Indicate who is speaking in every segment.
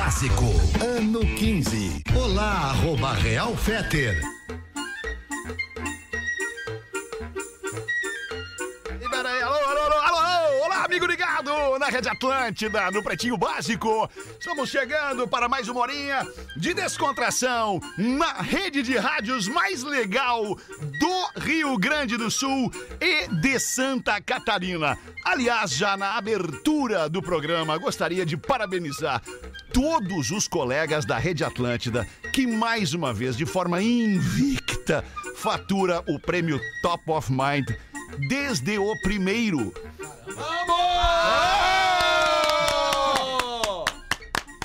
Speaker 1: Clássico, ano 15. Olá, arroba Real Feter.
Speaker 2: E pera aí, Alô, alô, alô, alô! Olá, amigo ligado na Rede Atlântida, no Pretinho Básico. Estamos chegando para mais uma horinha de descontração na rede de rádios mais legal do Rio Grande do Sul e de Santa Catarina. Aliás, já na abertura do programa, gostaria de parabenizar todos os colegas da Rede Atlântida que, mais uma vez, de forma invicta, fatura o prêmio Top of Mind desde o primeiro.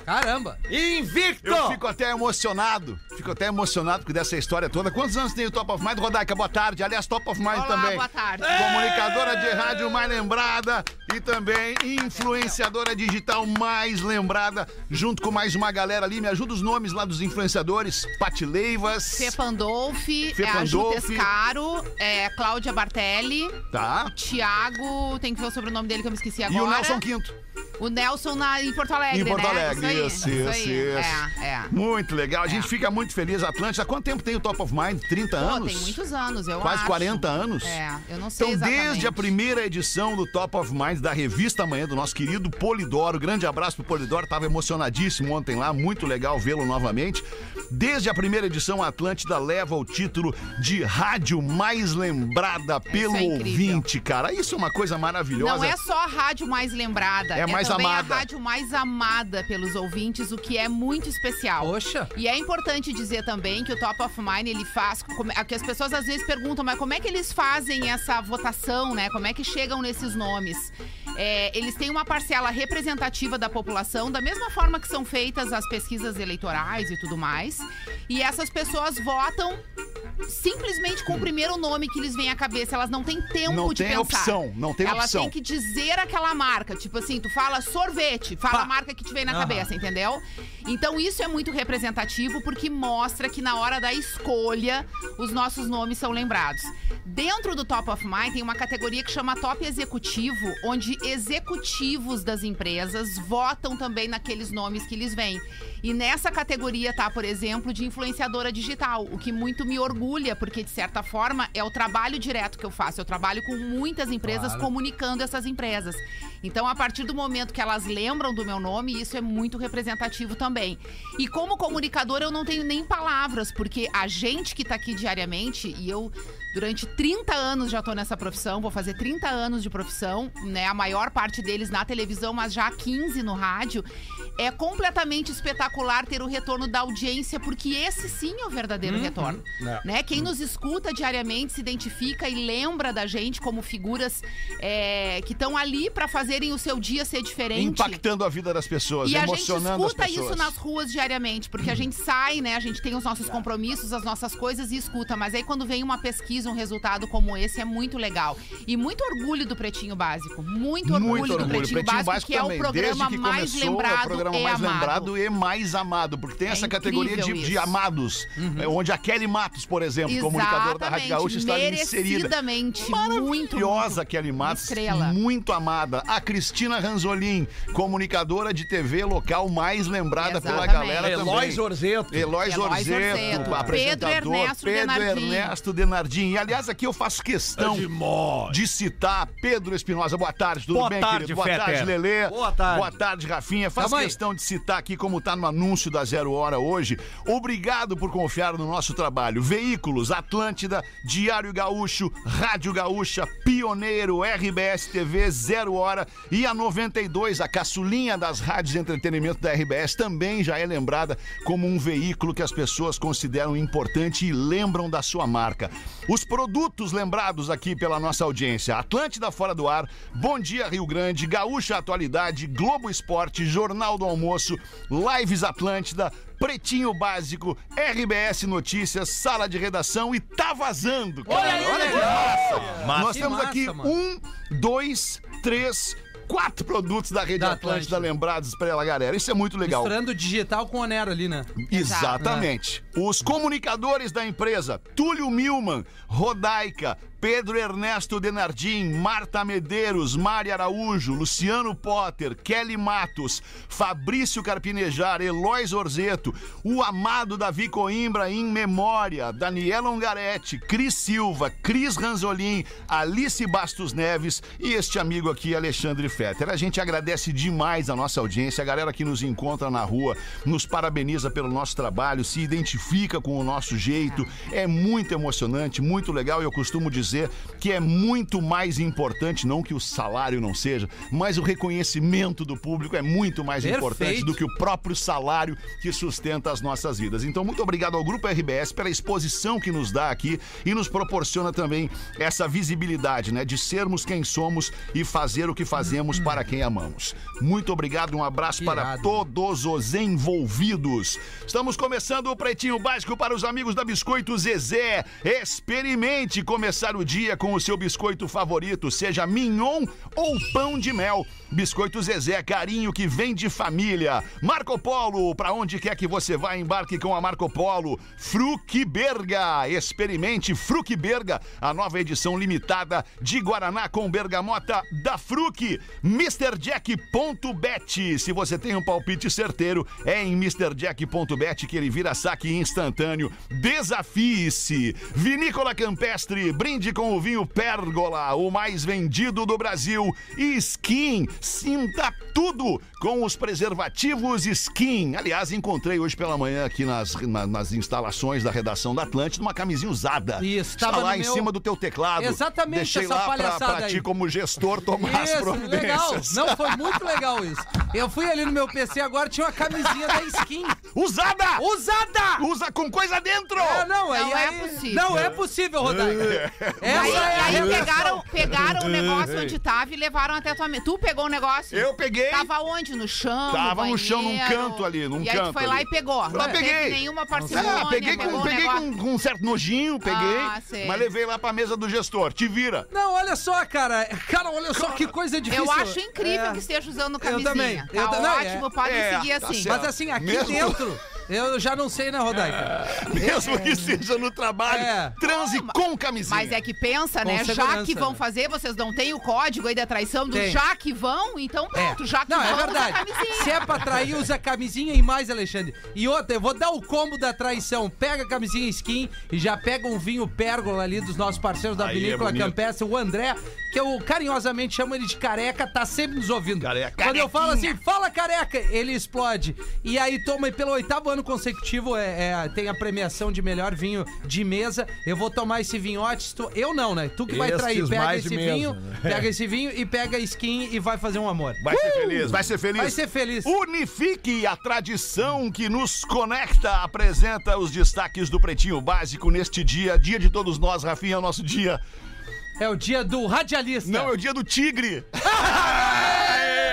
Speaker 3: Caramba! Invicto!
Speaker 2: Eu fico até emocionado. Fico até emocionado com dessa história toda. Quantos anos tem o Top of Mind? Rodaica, boa tarde. Aliás, Top of Mind
Speaker 4: Olá,
Speaker 2: também.
Speaker 4: boa tarde. É.
Speaker 2: Comunicadora de rádio mais lembrada e também influenciadora digital mais lembrada, junto com mais uma galera ali. Me ajuda os nomes lá dos influenciadores. Patileivas.
Speaker 4: Fê Pandolfi,
Speaker 2: Fê
Speaker 4: é a Ju
Speaker 2: Pandolfi.
Speaker 4: Pescaro, é Cláudia Bartelli,
Speaker 2: Tá.
Speaker 4: Thiago, tem que ver o sobrenome dele que eu me esqueci agora.
Speaker 2: E o Nelson Quinto.
Speaker 4: O Nelson na, em Porto Alegre,
Speaker 2: Em Porto
Speaker 4: né?
Speaker 2: Alegre, isso,
Speaker 4: isso aí.
Speaker 2: isso,
Speaker 4: aí.
Speaker 2: isso.
Speaker 4: É, é.
Speaker 2: Muito legal. A gente
Speaker 4: É.
Speaker 2: fica muito feliz. Atlântida, há quanto tempo tem o Top of Mind? 30
Speaker 4: Pô,
Speaker 2: anos?
Speaker 4: tem muitos anos, eu
Speaker 2: Quase
Speaker 4: acho.
Speaker 2: 40 anos?
Speaker 4: É, eu não sei
Speaker 2: Então,
Speaker 4: exatamente.
Speaker 2: desde a primeira edição do Top of Mind da revista Amanhã do nosso querido Polidoro, grande abraço pro Polidoro, tava emocionadíssimo ontem lá, muito legal vê-lo novamente. Desde a primeira edição, a Atlântida leva o título de rádio mais lembrada pelo
Speaker 4: é incrível.
Speaker 2: ouvinte, cara. Isso é uma coisa maravilhosa.
Speaker 4: Não é só a rádio mais lembrada,
Speaker 2: É mais
Speaker 4: também
Speaker 2: amada.
Speaker 4: a rádio mais amada pelos ouvintes, o que é muito especial.
Speaker 3: Poxa!
Speaker 4: E é importante dizer também que o Top of Mind ele faz, como- é que as pessoas às vezes perguntam, mas como é que eles fazem essa votação, né? Como é que chegam nesses nomes? É, eles têm uma parcela representativa da população, da mesma forma que são feitas as pesquisas eleitorais e tudo mais. E essas pessoas votam simplesmente com o primeiro nome que lhes vem à cabeça. Elas não têm tempo
Speaker 2: Não
Speaker 4: de
Speaker 2: tem
Speaker 4: pensar.
Speaker 2: opção, não tem
Speaker 4: Elas
Speaker 2: opção.
Speaker 4: têm que dizer aquela marca. Tipo assim, tu fala sorvete, fala
Speaker 3: Pá.
Speaker 4: a marca que te vem na
Speaker 3: Aham.
Speaker 4: cabeça, entendeu? Então isso é muito representativo porque mostra que na hora da escolha os nossos nomes são lembrados. Dentro do Top of Mind tem uma categoria que chama Top Executivo, onde executivos das empresas votam também naqueles nomes que lhes vêm. E nessa categoria tá, por exemplo, de influenciadora digital, o que muito me orgulha, porque de certa forma é o trabalho direto que eu faço. Eu trabalho com muitas empresas
Speaker 3: Claro.
Speaker 4: comunicando essas empresas. Então, a partir do momento que elas lembram do meu nome, isso é muito representativo também. E como comunicadora, eu não tenho nem palavras, porque a gente que tá aqui diariamente, e eu durante 30 anos já tô nessa profissão, vou fazer 30 anos de profissão, né? A maior parte deles na televisão, mas já 15 no rádio. É completamente espetacular ter o retorno da audiência, porque esse sim é o verdadeiro retorno. Né? Quem nos escuta diariamente se identifica e lembra da gente como figuras é, que estão ali para fazerem o seu dia ser diferente.
Speaker 2: Impactando a vida das pessoas,
Speaker 4: E a gente
Speaker 2: emocionando
Speaker 4: escuta
Speaker 2: as pessoas.
Speaker 4: isso nas ruas diariamente, porque a gente sai, né? A gente tem os nossos compromissos, as nossas coisas e escuta. Mas aí quando vem uma pesquisa, um resultado como esse, é muito legal. E muito orgulho do Pretinho Básico. Muito orgulho,
Speaker 2: Muito
Speaker 4: do
Speaker 2: orgulho.
Speaker 4: Pretinho, Básico, que é o
Speaker 2: também.
Speaker 4: programa
Speaker 2: Desde que
Speaker 4: mais
Speaker 2: começou, é
Speaker 4: lembrado
Speaker 2: o programa
Speaker 4: e
Speaker 2: mais
Speaker 4: amado. É
Speaker 2: lembrado e mais amado, porque tem essa categoria de,
Speaker 4: incrível
Speaker 2: de
Speaker 4: isso. Uhum.
Speaker 2: amados, é, onde a Kelly Matos, por exemplo, comunicadora é um da Rádio Gaúcha, está ali inserida.
Speaker 4: merecidamente, muito,
Speaker 2: Maravilhosa Kelly Matos,
Speaker 4: Estrela.
Speaker 2: muito amada. A Cristina Ranzolin, comunicadora de TV local mais lembrada pela
Speaker 4: Exatamente.
Speaker 2: galera
Speaker 3: Eloy
Speaker 2: também.
Speaker 3: Zorzeto.
Speaker 2: Eloy
Speaker 4: Eloy Zorzetto,
Speaker 2: Zorzeto,
Speaker 4: Pedro
Speaker 2: apresentador,
Speaker 4: Ernesto
Speaker 2: Pedro
Speaker 4: Denardim.
Speaker 2: Ernesto Denardim. E, aliás, aqui eu faço
Speaker 3: É
Speaker 2: questão de citar Pedro Espinosa. Boa tarde, tudo
Speaker 5: Boa
Speaker 2: bem,
Speaker 5: tarde,
Speaker 2: querido? Boa
Speaker 5: Fetter.
Speaker 2: tarde, Lelê.
Speaker 3: Boa tarde.
Speaker 2: Boa tarde, Rafinha. Faz
Speaker 3: Tamo aí.
Speaker 2: questão de citar aqui, como está no anúncio da Zero Hora hoje. Obrigado por confiar no nosso trabalho. Veículos, Atlântida, Diário Gaúcho, Rádio Gaúcha, Pioneiro, RBS TV, Zero Hora e a 92, a caçulinha das rádios de entretenimento da RBS, também já é lembrada como um veículo que as pessoas consideram importante e lembram da sua marca. Os produtos lembrados aqui pela nossa audiência: Atlântida Fora do Ar, Bom Dia Rio Grande, Gaúcha Atualidade, Globo Esporte, Jornal do Almoço, Lives Atlântida, Pretinho Básico, RBS Notícias, Sala de Redação e Tá Vazando. cara.
Speaker 3: Olha aí, né?
Speaker 2: que
Speaker 3: legal.
Speaker 2: massa!
Speaker 5: Massa.
Speaker 2: Nós
Speaker 3: Que
Speaker 2: temos
Speaker 3: massa,
Speaker 2: aqui
Speaker 3: mano.
Speaker 2: um, dois, três, quatro produtos da Rede
Speaker 3: Da
Speaker 2: Atlântida
Speaker 3: Atlântida.
Speaker 2: lembrados pela galera. Isso é muito legal.
Speaker 3: Misturando digital com onero ali, né?
Speaker 2: Exatamente. Os comunicadores da empresa, Túlio Milman, Rodaica, Pedro Ernesto Denardim, Marta Medeiros, Mari Araújo, Luciano Potter, Kelly Matos, Fabrício Carpinejar, Eloy Orzeto, o amado Davi Coimbra em memória, Daniela Ungaretti, Cris Silva, Cris Ranzolin, Alice Bastos Neves e este amigo aqui, Alexandre Fetter. A gente agradece demais a nossa audiência, a galera que nos encontra na rua, nos parabeniza pelo nosso trabalho, se identifica com o nosso jeito. É muito emocionante, muito legal e eu costumo dizer que é muito mais importante, não que o salário não seja, mas o reconhecimento do público é muito mais
Speaker 3: Perfeito.
Speaker 2: importante do que o próprio salário que sustenta as nossas vidas. Então, muito obrigado ao Grupo RBS pela exposição que nos dá aqui e nos proporciona também essa visibilidade, né? De sermos quem somos e fazer o que fazemos para quem amamos. Muito obrigado, um abraço para
Speaker 3: Irado.
Speaker 2: todos os envolvidos. Estamos começando o Pretinho Básico para os amigos da Biscoito Zezé. Experimente começar o dia com o seu biscoito favorito, seja mignon ou pão de mel. Biscoito Zezé, carinho que vem de família. Marco Polo, para onde quer que você vá, embarque com a Marco Polo. Fruquiberga, experimente Fruquiberga, a nova edição limitada de Guaraná com bergamota da Fruc. MrJack.bet, se você tem um palpite certeiro, é em MrJack.bet que ele vira saque instantâneo. Desafie-se. Vinícola Campestre, brinde com o vinho Pérgola, o mais vendido do Brasil. E Skin, sinta tudo com os preservativos Skin. Aliás, encontrei hoje pela manhã aqui nas, na- nas instalações da redação da Atlântida uma camisinha usada.
Speaker 3: Isso,
Speaker 2: Está
Speaker 3: tava
Speaker 2: lá
Speaker 3: no
Speaker 2: em
Speaker 3: meu-
Speaker 2: cima do teu teclado.
Speaker 3: Exatamente
Speaker 2: Deixei
Speaker 3: essa
Speaker 2: lá pra-
Speaker 3: palhaçada
Speaker 2: pra
Speaker 3: aí.
Speaker 2: ti como gestor tomar as
Speaker 3: Isso,
Speaker 2: providências.
Speaker 3: legal. Não, foi muito legal isso. Eu fui ali no meu PC agora, tinha uma camisinha da skin.
Speaker 2: Usada!
Speaker 3: Usada!
Speaker 2: Usa com coisa dentro!
Speaker 3: Ah, não, aí,
Speaker 4: Não é
Speaker 3: aí-
Speaker 4: possível.
Speaker 3: Não é possível, Rodaica. Essa
Speaker 4: Aí,
Speaker 3: é a
Speaker 4: aí
Speaker 3: real-
Speaker 4: pegaram, pegaram o negócio onde tava e levaram até tua mesa. Tu pegou o negócio?
Speaker 2: Eu peguei.
Speaker 4: Tava onde? No chão?
Speaker 2: Tava no
Speaker 4: no
Speaker 2: chão, num
Speaker 4: banheiro?
Speaker 2: canto ali, num
Speaker 4: E aí tu
Speaker 2: canto
Speaker 4: foi lá
Speaker 2: ali.
Speaker 4: e pegou.
Speaker 2: Lá
Speaker 4: não teve
Speaker 2: peguei.
Speaker 4: nenhuma parcimônia,
Speaker 2: Ah, peguei, com,
Speaker 4: pegou
Speaker 2: peguei
Speaker 4: o é negócio.
Speaker 2: com, com um certo nojinho, peguei,
Speaker 4: Ah, sei.
Speaker 2: mas levei lá pra mesa do gestor. Te vira.
Speaker 3: Não, olha só, cara. Cara, olha só que coisa difícil.
Speaker 4: Eu acho incrível
Speaker 3: É.
Speaker 4: que esteja usando camisinha.
Speaker 3: também.
Speaker 4: Tá
Speaker 3: Eu ta- não, é-
Speaker 4: ótimo, podem
Speaker 2: é,
Speaker 4: seguir
Speaker 2: tá
Speaker 4: assim.
Speaker 2: certo.
Speaker 3: Mas assim, aqui
Speaker 2: Mesmo?
Speaker 3: dentro, eu já não sei, né, Rodaica?
Speaker 2: Mesmo que seja no trabalho,
Speaker 3: É.
Speaker 2: transe
Speaker 4: Não, ma-
Speaker 2: com camisinha.
Speaker 4: Mas é que pensa,
Speaker 3: Com
Speaker 4: né? Já
Speaker 3: segurança,
Speaker 4: que vão
Speaker 3: né?
Speaker 4: fazer, vocês não têm o código aí da traição do
Speaker 3: Tem.
Speaker 4: já que vão, então pronto, já que
Speaker 3: não,
Speaker 4: vão,
Speaker 3: é
Speaker 4: usa
Speaker 3: verdade.
Speaker 4: camisinha.
Speaker 3: Se é pra trair, usa camisinha e mais, Alexandre. E outra, eu vou dar o combo da traição. Pega a camisinha skin e já pega um vinho pérgola ali dos nossos parceiros da
Speaker 2: Aí é
Speaker 3: vinícola
Speaker 2: bonito.
Speaker 3: Campestre, o André, que eu carinhosamente chamo ele de careca, tá sempre nos ouvindo.
Speaker 2: Careca.
Speaker 3: Quando eu falo assim, fala careca, ele explode. E aí toma, e pelo oitavo ano consecutivo, é, é, tem a premiação de melhor vinho de mesa. Eu vou tomar esse vinhote. se tu- Eu não, né? Tu que vai
Speaker 5: Estes
Speaker 3: trair, pega
Speaker 5: mais de
Speaker 3: esse
Speaker 5: mesa,
Speaker 3: vinho,
Speaker 5: né?
Speaker 3: pega esse vinho e pega a skin e vai fazer um amor.
Speaker 2: Vai ser feliz, vai ser feliz.
Speaker 3: Vai ser feliz.
Speaker 5: Uh!
Speaker 2: Unifique a tradição que nos conecta. Apresenta os destaques do Pretinho Básico neste dia. Dia de todos nós, Rafinha, é o nosso dia.
Speaker 3: É o dia do radialista.
Speaker 2: Não, é o dia do tigre.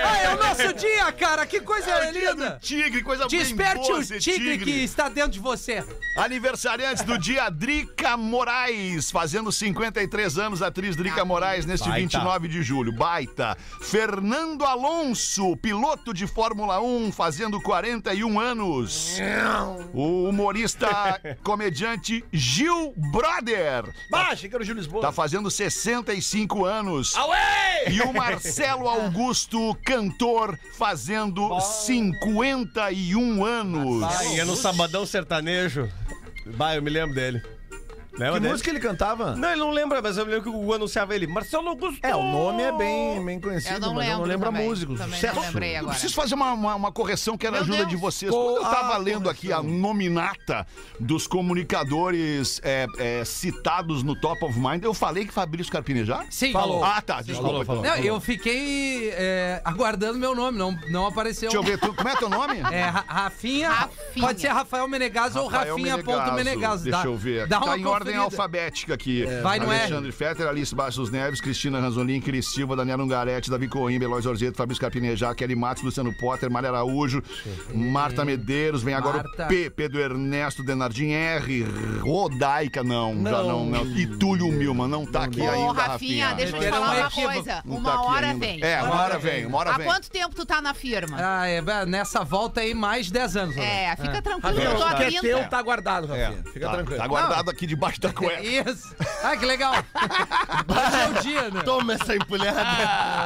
Speaker 3: Ah, é o nosso dia, cara. Que coisa
Speaker 2: É o dia do
Speaker 3: linda.
Speaker 2: tigre, coisa bem
Speaker 3: Desperte
Speaker 2: boa
Speaker 3: o
Speaker 2: ser
Speaker 3: tigre, que está dentro de você.
Speaker 2: Aniversariante do dia, Drica Moraes, fazendo 53 anos, a atriz Drica Moraes, neste
Speaker 5: Baita.
Speaker 2: 29 de julho. Baita. Fernando Alonso, piloto de Fórmula 1, fazendo 41 anos. O humorista, comediante Gil Brother,
Speaker 5: Bah, achei que era o Júlio Lisboa.
Speaker 2: tá fazendo 65 anos.
Speaker 5: Away!
Speaker 2: E o Marcelo Augusto, cantor, fazendo 51 anos.
Speaker 5: Bah, ia é no Sabadão Sertanejo. Bah, eu me lembro dele. Lembra
Speaker 6: Que
Speaker 5: dele?
Speaker 6: música ele cantava?
Speaker 5: Não, ele não lembra, mas eu me lembro que o Gugu anunciava ele. Marcelo Augusto!
Speaker 6: É, o nome é bem, bem conhecido,
Speaker 4: Eu não
Speaker 6: mas eu não
Speaker 4: lembro
Speaker 6: lembro
Speaker 4: também.
Speaker 6: a música. o
Speaker 4: Também não
Speaker 6: sucesso.
Speaker 4: lembrei
Speaker 2: Eu
Speaker 4: agora.
Speaker 2: preciso fazer uma, uma, uma correção, quero a
Speaker 4: Meu
Speaker 2: ajuda
Speaker 4: Deus.
Speaker 2: de vocês. Quando eu
Speaker 5: Qual
Speaker 2: tava
Speaker 5: a
Speaker 2: lendo aqui a nominata dos comunicadores é, é, citados no Top of Mind, eu falei que Fabrício Carpinejar?
Speaker 3: Sim.
Speaker 5: Falou.
Speaker 2: Ah, tá, desculpa.
Speaker 5: Falou, falou.
Speaker 3: Não, eu fiquei é, aguardando meu nome, não, não apareceu.
Speaker 2: Deixa eu ver, tu, como é teu nome?
Speaker 3: É, Ra- Rafinha,
Speaker 4: Rafinha.
Speaker 3: Pode ser Rafael Menegas ou
Speaker 2: Rafael
Speaker 3: Rafinha.menegas.
Speaker 2: Deixa eu ver.
Speaker 3: Dá
Speaker 2: tá
Speaker 3: uma
Speaker 2: em ordem
Speaker 3: conferida.
Speaker 2: alfabética aqui.
Speaker 3: Vai no R.
Speaker 2: Alexandre Fetter, Alice Bastos Neves, Cristina Ranzolin, Cris Silva, Daniela Ungaretti, Davi Coimbra, Eloy Orzeto, Fabrício Carpinejar, Kelly Matos, Luciano Potter, Maria Araújo, Marta Medeiros, vem agora
Speaker 3: Marta.
Speaker 2: o P, Pedro Ernesto, Denardim R, Rodaica, não, já não, não. E Túlio Milman, não tá aqui
Speaker 4: Ô,
Speaker 2: ainda, Rafinha.
Speaker 4: Rafinha,
Speaker 2: né? um
Speaker 4: deixa eu te
Speaker 3: Ele
Speaker 4: falar
Speaker 3: não é
Speaker 4: uma
Speaker 3: ativo.
Speaker 4: coisa.
Speaker 2: Não
Speaker 4: uma
Speaker 2: tá aqui
Speaker 4: hora
Speaker 2: ainda.
Speaker 4: vem.
Speaker 2: É, uma hora vem, uma hora
Speaker 4: Há
Speaker 2: vem.
Speaker 4: quanto tempo tu tá na firma?
Speaker 3: Ah, é, bah, nessa volta aí, mais de 10 anos. Rodaica.
Speaker 4: É, fica tranquilo, eu
Speaker 5: Rafael,
Speaker 4: tô
Speaker 5: o
Speaker 4: a
Speaker 5: que é
Speaker 4: 30.
Speaker 3: um-
Speaker 5: teu tá guardado, Rafinha. Fica
Speaker 2: Tá,
Speaker 5: tranquilo.
Speaker 2: tá guardado aqui debaixo embaixo da cueca.
Speaker 3: Isso. Ah, que legal. Hoje é o dia, né?
Speaker 5: Toma essa empulhada.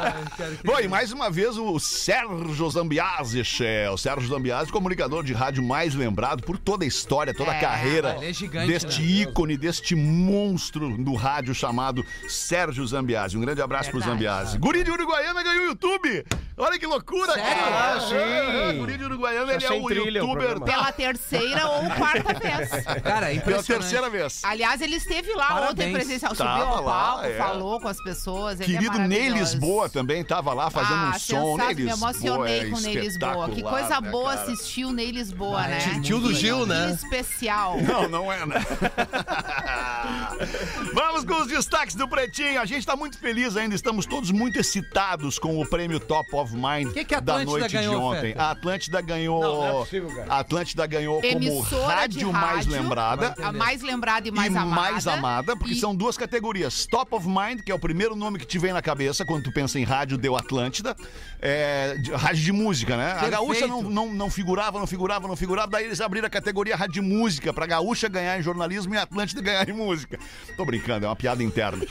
Speaker 3: Ah, cara, que-
Speaker 2: Bom, e mais uma vez o Sérgio Zambiazes, é, o Sérgio Zambiazes, comunicador de rádio mais lembrado por toda a história, toda a
Speaker 4: É,
Speaker 2: carreira
Speaker 3: ele é gigante,
Speaker 2: deste
Speaker 3: né?
Speaker 2: ícone, deste monstro do rádio chamado Sérgio Zambiazes. Um grande abraço pro
Speaker 4: Verdade.
Speaker 2: Zambiazes. Guri de Uruguaiana ganhou o YouTube! Olha que loucura,
Speaker 3: Sério?
Speaker 2: cara!
Speaker 5: Ah, sim.
Speaker 2: É, é, Guri de Uruguaiana,
Speaker 5: Já
Speaker 2: ele é
Speaker 5: sem
Speaker 2: o
Speaker 5: trilha o
Speaker 2: youtuber
Speaker 5: programa.
Speaker 2: da...
Speaker 4: Pela terceira ou quarta vez.
Speaker 3: Cara, é
Speaker 2: Pela
Speaker 3: impressionante.
Speaker 2: terceira vez.
Speaker 4: Aliás, Ah, ele esteve lá ontem
Speaker 3: Parabéns.
Speaker 4: presencial,
Speaker 2: Tava
Speaker 4: subiu ao
Speaker 2: lá,
Speaker 4: palco,
Speaker 2: é.
Speaker 4: falou com as pessoas. ele é
Speaker 2: Querido Ney
Speaker 4: maravilhoso.
Speaker 2: Lisboa também tava lá fazendo
Speaker 4: ah,
Speaker 2: um som.
Speaker 4: sensato,
Speaker 2: Ney
Speaker 4: me
Speaker 2: Lisboa
Speaker 4: emocionei
Speaker 2: é
Speaker 4: com o Ney Lisboa. Que
Speaker 2: espetacular,
Speaker 4: coisa
Speaker 2: né,
Speaker 4: boa
Speaker 2: cara?
Speaker 4: assistir o Ney Lisboa, né?
Speaker 5: Tio do Gil,
Speaker 4: Que
Speaker 5: né?
Speaker 4: especial.
Speaker 2: Não, não é, né? Vamos com os destaques do Pretinho. A gente está muito feliz ainda, estamos todos muito excitados com o prêmio Top of Mind
Speaker 3: Que que a
Speaker 2: da
Speaker 3: Atlântida
Speaker 2: noite de
Speaker 3: ganhou,
Speaker 2: ontem.
Speaker 3: Feta?
Speaker 2: A Atlântida ganhou.
Speaker 5: Não, não é possível, cara.
Speaker 2: A Atlântida ganhou como
Speaker 4: Emissora de
Speaker 2: rádio mais
Speaker 4: rádio.
Speaker 2: lembrada.
Speaker 4: A mais lembrada e mais
Speaker 2: e
Speaker 4: amada.
Speaker 2: mais amada, porque
Speaker 4: E-
Speaker 2: são duas categorias. Top of Mind, que é o primeiro nome que te vem na cabeça quando tu pensa em rádio, deu Atlântida. É, de- rádio de música, né? A
Speaker 3: Perfeito.
Speaker 2: Gaúcha não, não, não figurava, não figurava, não figurava. Daí eles abriram a categoria rádio de música pra Gaúcha ganhar em jornalismo e Atlântida ganhar em música. Tô brincando, é uma piada interna.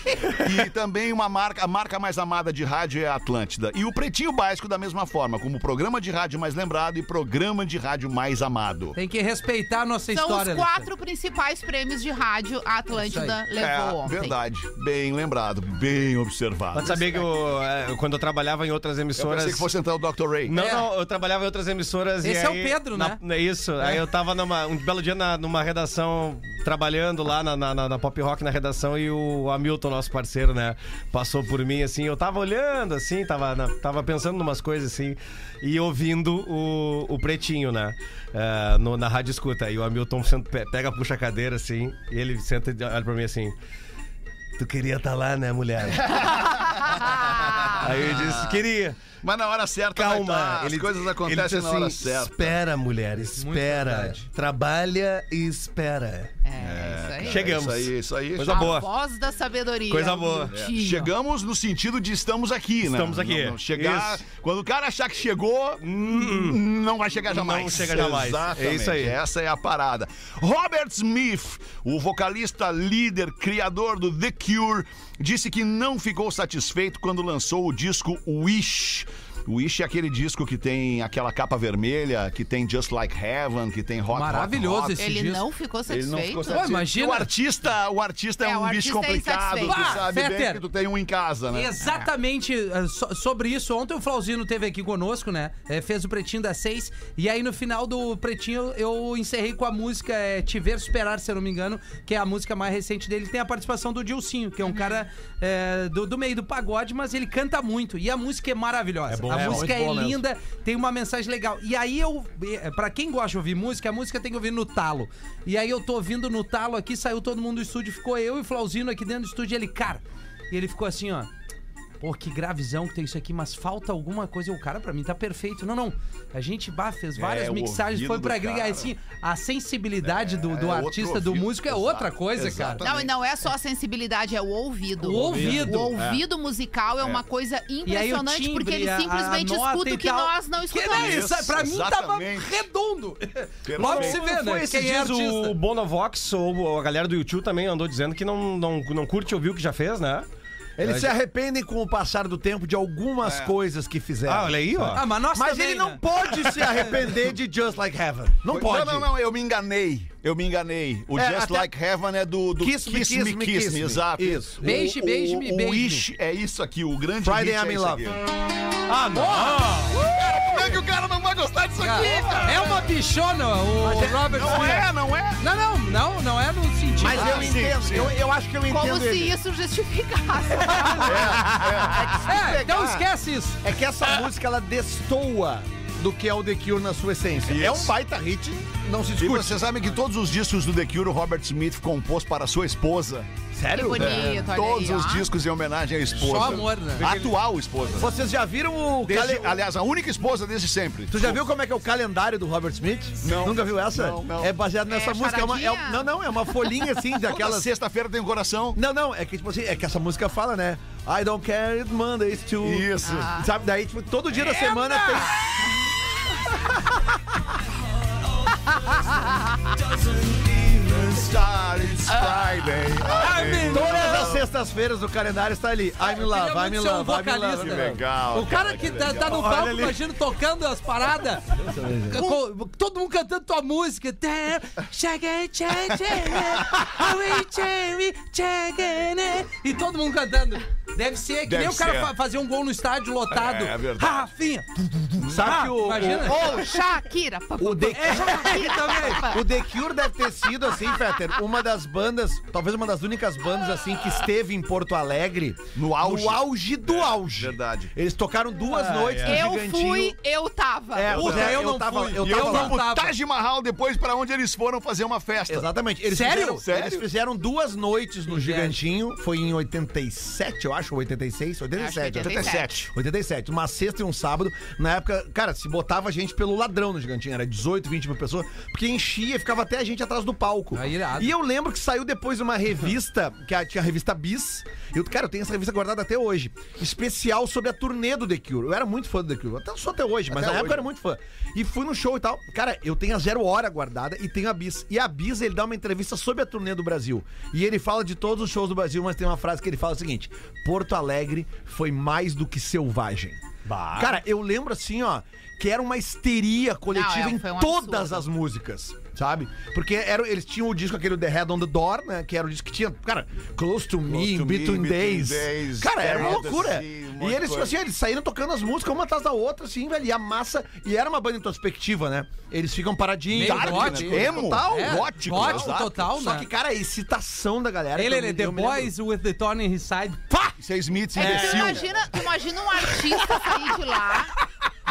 Speaker 2: e também uma marca, a marca mais amada de rádio é a Atlântida. E o Pretinho Básico da mesma forma, como programa de rádio mais lembrado e programa de rádio mais amado.
Speaker 3: Tem que respeitar a nossa
Speaker 4: São
Speaker 3: história. né?
Speaker 4: os quatro principais prêmios de rádio a Atlântida levou
Speaker 2: é,
Speaker 4: ontem.
Speaker 2: verdade. Bem lembrado, bem observado.
Speaker 5: Mas sabia que eu, é, quando eu trabalhava em outras
Speaker 2: Eu
Speaker 5: emissoras.
Speaker 2: pensei que fosse entrar o Dr. Ray.
Speaker 5: Não,
Speaker 3: É.
Speaker 5: não, eu trabalhava em outras emissoras e
Speaker 3: Esse é o
Speaker 5: aí-
Speaker 3: Pedro,
Speaker 5: na-
Speaker 3: né?
Speaker 5: É isso. Aí eu tava numa, um belo dia na- numa redação, trabalhando lá na, na- na- na Pop Rock, na redação, e o Hamilton, nosso parceiro, né, passou por mim, assim, eu tava olhando, assim, tava, na- tava pensando numas coisas, assim, e ouvindo o, o Pretinho, né, eh, no- na rádio escuta. E o Hamilton senta- pe- pega, puxa a cadeira, assim, e ele senta e olha pra mim, assim... Tu queria estar lá, né, mulher?
Speaker 4: Ah,
Speaker 5: Aí eu disse, queria.
Speaker 2: Mas na hora
Speaker 5: é
Speaker 2: certa, vai tá.
Speaker 5: Calma,
Speaker 2: as coisas acontecem
Speaker 5: ele disse
Speaker 2: na hora
Speaker 5: assim,
Speaker 2: certa.
Speaker 5: Espera, mulher, espera.
Speaker 3: verdade.
Speaker 5: Trabalha e espera.
Speaker 4: É, isso aí.
Speaker 5: Chega- Chegamos.
Speaker 2: É Isso aí, isso aí.
Speaker 5: Coisa
Speaker 4: a
Speaker 5: boa.
Speaker 4: voz da sabedoria.
Speaker 5: Coisa boa.
Speaker 4: Miltinho.
Speaker 2: É. Chegamos no sentido de estamos aqui, né?
Speaker 5: Estamos aqui.
Speaker 2: Não, não, chegar,
Speaker 5: Isso. Hum.
Speaker 2: quando o cara achar que chegou, não vai chegar jamais.
Speaker 5: chega jamais.
Speaker 2: Exatamente.
Speaker 5: É isso aí.
Speaker 2: Essa é a parada. Robert Smith, o vocalista líder, criador do The Cure, disse que não ficou satisfeito quando lançou o disco Wish. Wish é aquele disco que tem aquela capa vermelha, que tem Just Like Heaven, que tem Hot, Hot,
Speaker 3: Maravilhoso
Speaker 2: Hot.
Speaker 3: esse
Speaker 4: Ele
Speaker 3: disco.
Speaker 4: não ficou
Speaker 2: Ele
Speaker 4: satisfeito?
Speaker 2: não ficou
Speaker 3: Pô, imagina.
Speaker 2: O artista, o artista é,
Speaker 4: É,
Speaker 2: um
Speaker 4: o
Speaker 2: bicho
Speaker 4: artista é
Speaker 2: complicado, tu
Speaker 3: insatisfeito.
Speaker 6: Ah,
Speaker 2: sabe bem
Speaker 3: Fetter.
Speaker 2: que tu tem um em casa, né?
Speaker 3: Exatamente eh, so- sobre isso. Ontem o Flauzino teve aqui conosco, né? Eh, fez o Pretinho das seis. E aí no final do Pretinho eu encerrei com a música eh, Te Ver Superar, se eu não me engano, que é a música mais recente dele. Tem a participação do Dilcinho, que é um cara eh, do, do meio do pagode, mas ele canta muito. E a música é maravilhosa.
Speaker 5: É bom,
Speaker 3: a
Speaker 5: é
Speaker 3: música
Speaker 5: muito
Speaker 3: é
Speaker 5: bom mesmo.
Speaker 3: linda, tem uma mensagem legal. E aí eu, eh, Pra quem gosta de ouvir música, a música tem que ouvir no talo. E aí eu tô ouvindo no talo aqui, saiu todo mundo do estúdio, ficou eu e o Flauzino aqui dentro do estúdio, e ele, cara. E ele ficou assim, ó. Pô, que gravizão que tem isso aqui, mas falta alguma coisa. O cara, pra mim, tá perfeito. Não, não. A gente bah, fez várias
Speaker 2: É, o
Speaker 3: mixagens,
Speaker 2: ouvido
Speaker 3: foi pra
Speaker 2: do
Speaker 3: gringa.
Speaker 2: cara.
Speaker 3: Assim, a sensibilidade do, do
Speaker 2: é outro
Speaker 3: artista, do
Speaker 2: ouvido,
Speaker 3: músico, é
Speaker 2: exato,
Speaker 3: outra coisa, cara.
Speaker 4: Não, e não é só a sensibilidade, é o ouvido.
Speaker 3: O ouvido.
Speaker 4: O ouvido musical é uma coisa
Speaker 3: E aí o
Speaker 4: impressionante
Speaker 3: timbre,
Speaker 4: porque ele
Speaker 3: a- a
Speaker 4: simplesmente
Speaker 3: nota
Speaker 4: escuta
Speaker 3: e
Speaker 4: o que
Speaker 3: tal.
Speaker 4: nós não
Speaker 3: Que-
Speaker 4: escutamos.
Speaker 3: isso, é, pra mim tava
Speaker 2: Exatamente.
Speaker 3: redondo. Logo se vê,
Speaker 5: Foi
Speaker 3: né?
Speaker 5: esses
Speaker 3: Quem é
Speaker 5: dias
Speaker 3: artista.
Speaker 5: o Bonovox ou a galera do YouTube também andou dizendo que não, não, não curte ouvir o que já fez, né?
Speaker 6: Eles se arrependem com o passar do tempo de algumas coisas que fizeram.
Speaker 5: É. Ah, olha aí, ó.
Speaker 3: Ah, mas nós
Speaker 6: Mas
Speaker 3: também,
Speaker 6: ele não
Speaker 3: né?
Speaker 6: pode se arrepender de Just Like Heaven. Não
Speaker 2: Foi-
Speaker 6: pode.
Speaker 2: Não, não, não, eu me enganei. Eu me enganei. O
Speaker 6: É,
Speaker 2: Just
Speaker 6: até-
Speaker 2: Like Heaven é do, do
Speaker 6: Kiss Me, Kiss Me, Kiss Me.
Speaker 2: exato.
Speaker 6: Isso.
Speaker 2: O-
Speaker 3: Beije,
Speaker 2: o-
Speaker 3: beije,
Speaker 2: o-
Speaker 3: me
Speaker 2: O
Speaker 3: beije.
Speaker 2: Wish é isso aqui, o grande
Speaker 6: Friday
Speaker 2: hit é
Speaker 6: I'm in
Speaker 2: isso
Speaker 6: love. Uh!
Speaker 2: aqui.
Speaker 5: Ah, não!
Speaker 2: Como é que o cara não vai gostar disso aqui, cara?
Speaker 3: É uma bichona, o Robert
Speaker 2: Não
Speaker 3: Smith.
Speaker 2: é, não é?
Speaker 3: Não, não, não, não é no sentido.
Speaker 6: Mas eu
Speaker 2: sim,
Speaker 6: entendo.
Speaker 2: sim.
Speaker 6: Eu, eu acho que eu entendo
Speaker 4: Como se
Speaker 6: ele.
Speaker 4: isso justificasse.
Speaker 3: é, então esquece isso.
Speaker 6: É que essa música, ela destoa do que é o The Cure na sua essência.
Speaker 2: Isso.
Speaker 6: É um baita hit, não Então se
Speaker 2: E
Speaker 6: discute.
Speaker 2: vocês sabem que todos os discos do The Cure, o Robert Smith compôs para sua esposa.
Speaker 4: Que bonito, olha
Speaker 2: É. Todos
Speaker 4: aí,
Speaker 2: os
Speaker 4: ó.
Speaker 2: discos em homenagem à esposa.
Speaker 3: Só amor, né?
Speaker 2: Atual esposa.
Speaker 6: Vocês já viram o...
Speaker 2: Desde-
Speaker 6: calen-
Speaker 2: aliás, a única esposa desde sempre.
Speaker 6: Tu já viu como é que é o calendário do Robert Smith?
Speaker 2: Não.
Speaker 6: Nunca viu essa?
Speaker 2: Não, não.
Speaker 6: É baseado nessa
Speaker 4: É
Speaker 6: música. É uma, é um-
Speaker 4: charadinha?
Speaker 6: não, não, é uma folhinha assim
Speaker 2: Aquela
Speaker 6: daquelas.
Speaker 2: sexta-feira tem um coração.
Speaker 6: Não, não, é que tipo assim, é que essa música fala, né? I don't care it Mondays too.
Speaker 2: Isso.
Speaker 6: Sabe, daí, tipo, todo dia da semana tem.
Speaker 2: Start, it's Friday. day.
Speaker 3: Ai,
Speaker 2: day.
Speaker 3: menino,
Speaker 6: Todas as sextas-feiras do calendário está ali. Ai, me lá,
Speaker 3: queria
Speaker 6: vai
Speaker 3: muito
Speaker 6: me
Speaker 3: ser
Speaker 6: lá,
Speaker 3: um
Speaker 6: vai me lá.
Speaker 3: vocalista.
Speaker 2: Que legal.
Speaker 3: O cara que
Speaker 2: que
Speaker 3: tá, tá no
Speaker 5: Olha
Speaker 3: palco,
Speaker 5: ali.
Speaker 3: imagino, tocando as paradas. Co- todo mundo cantando tua música. Chega, chega, chega, chega, né? E todo mundo cantando. Deve ser que
Speaker 2: Deve
Speaker 3: nem o cara
Speaker 2: ser.
Speaker 3: fa- fazer um gol no estádio lotado.
Speaker 2: É, é verdade.
Speaker 3: Rafinha.
Speaker 6: Sabe que o,
Speaker 3: Ah, Imagina.
Speaker 4: Ou Shakira. pá, pá,
Speaker 6: o, o The
Speaker 3: É, Shakira também.
Speaker 4: pá.
Speaker 6: O The Cure deve ter sido, assim, Fetter, uma das bandas, talvez uma das únicas bandas, assim, que esteve em Porto Alegre
Speaker 2: No auge.
Speaker 6: no auge do auge.
Speaker 2: verdade.
Speaker 6: Eles tocaram duas noites
Speaker 2: É.
Speaker 4: Eu
Speaker 6: no Gigantinho.
Speaker 4: fui, eu tava.
Speaker 6: É,
Speaker 3: Puta,
Speaker 6: Zé,
Speaker 3: eu não
Speaker 6: tava,
Speaker 3: fui.
Speaker 6: Eu
Speaker 2: E
Speaker 6: tava
Speaker 2: eu
Speaker 6: lá.
Speaker 2: vou pro
Speaker 3: tava.
Speaker 2: Taj Mahal depois pra onde eles foram fazer uma festa.
Speaker 6: Exatamente. Eles
Speaker 3: Sério?
Speaker 6: Fizeram,
Speaker 2: Sério?
Speaker 6: Eles fizeram duas noites no Gigantinho. Foi em 87, eu acho, 86, 87.
Speaker 4: Acho que
Speaker 2: 87.
Speaker 6: 87, uma sexta e um sábado. Na época, cara, se botava gente pelo ladrão no Gigantinho, era 18, 20 mil pessoas, porque enchia e ficava até a gente atrás do palco.
Speaker 3: Ah, irado.
Speaker 6: e eu lembro que saiu depois uma revista, que a- tinha a revista Bis, e eu, cara, eu tenho essa revista guardada até hoje, especial sobre a turnê do The Cure. Eu era muito fã do The Cure, até não sou até hoje, mas na época eu era muito fã. E fui no show e tal. Cara, eu tenho a Zero Hora guardada e tenho a Bis. E a Bis, ele dá uma entrevista sobre a turnê do Brasil. E ele fala de todos os shows do Brasil, mas tem uma frase que ele fala o seguinte: Porto Alegre foi mais do que selvagem. Cara, eu lembro assim, ó, que era uma histeria coletiva
Speaker 4: Não, é, foi um
Speaker 6: em todas
Speaker 4: absurdo.
Speaker 6: as músicas, sabe? Porque era, eles tinham o disco aquele The Head on the Door, né? Que era o disco que tinha, cara, Close to Me,
Speaker 2: Close to Me,
Speaker 6: Between,
Speaker 2: Between
Speaker 6: Days.
Speaker 2: Days,
Speaker 6: Cara, era uma
Speaker 2: Terra,
Speaker 6: loucura.
Speaker 2: assim, um monte de
Speaker 6: e eles, tipo
Speaker 2: coisa.
Speaker 6: assim, eles saíram tocando as músicas uma atrás da outra, assim, velho. E a massa. E era uma banda introspectiva, né? Eles ficam paradinhos.
Speaker 3: Meio
Speaker 6: sabe?
Speaker 3: gótico,
Speaker 6: Coisa
Speaker 2: emo.
Speaker 6: Total,
Speaker 3: É,
Speaker 6: gótico.
Speaker 3: gótico
Speaker 6: exato.
Speaker 3: total,
Speaker 6: Só
Speaker 3: né?
Speaker 6: que, cara, a excitação da galera.
Speaker 3: Ele,
Speaker 6: eu
Speaker 3: ele,
Speaker 6: me-
Speaker 3: The
Speaker 6: eu me lembro.
Speaker 3: Boys with the Thorn in His Side.
Speaker 2: Isso é Smith,
Speaker 4: É que tu
Speaker 2: imbecil.
Speaker 4: imagina, tu imagina um artista sair de lá,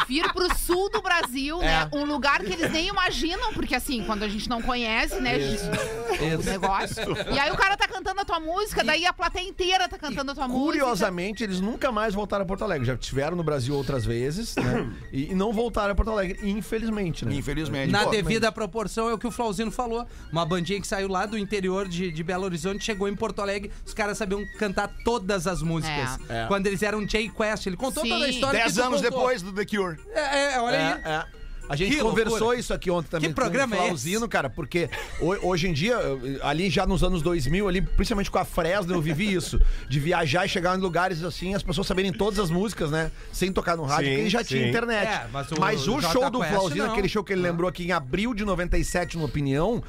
Speaker 4: vir pro sul do Brasil, né?
Speaker 3: É.
Speaker 4: Um lugar que eles nem imaginam, porque assim, quando a gente não conhece, né? a gente- O negócio. E aí o cara tá cantando a tua música, daí a plateia inteira tá cantando a tua música.
Speaker 6: Curiosamente, eles nunca mais voltaram a Porto Alegre. Já estiveram no Brasil outras vezes, né? E, e não voltaram a Porto Alegre, infelizmente, né?
Speaker 2: Infelizmente.
Speaker 3: Na
Speaker 2: Pô,
Speaker 3: devida proporção é o que o Flauzino falou. Uma bandinha que saiu lá do interior de, de Belo Horizonte, chegou em Porto Alegre, os caras sabiam cantar todas as músicas.
Speaker 6: É. É.
Speaker 3: Quando eles eram Jay Quest, ele contou
Speaker 4: Sim.
Speaker 3: toda a história. que
Speaker 2: Dez
Speaker 3: tu
Speaker 2: anos
Speaker 3: contou.
Speaker 2: depois do The Cure.
Speaker 3: É, é, olha
Speaker 6: É,
Speaker 3: aí.
Speaker 6: é. A gente
Speaker 3: Que
Speaker 6: conversou
Speaker 3: loucura.
Speaker 6: isso aqui ontem também
Speaker 3: Que programa é
Speaker 6: com o Flauzino, cara, porque ho- hoje em dia, eh, ali já nos anos 2000, ali, principalmente com a Fresno, eu vivi isso, de viajar e chegar em lugares assim, as pessoas saberem todas as músicas, né, sem tocar no rádio,
Speaker 5: Sim,
Speaker 6: porque já tinha
Speaker 5: sim.
Speaker 6: internet.
Speaker 3: É, mas
Speaker 6: mas
Speaker 3: o
Speaker 6: o,
Speaker 3: Jota
Speaker 6: show do
Speaker 3: Quest,
Speaker 6: Flauzino,
Speaker 3: não. Ah.
Speaker 6: aquele show que ele lembrou aqui em abril de 97 no Opinião,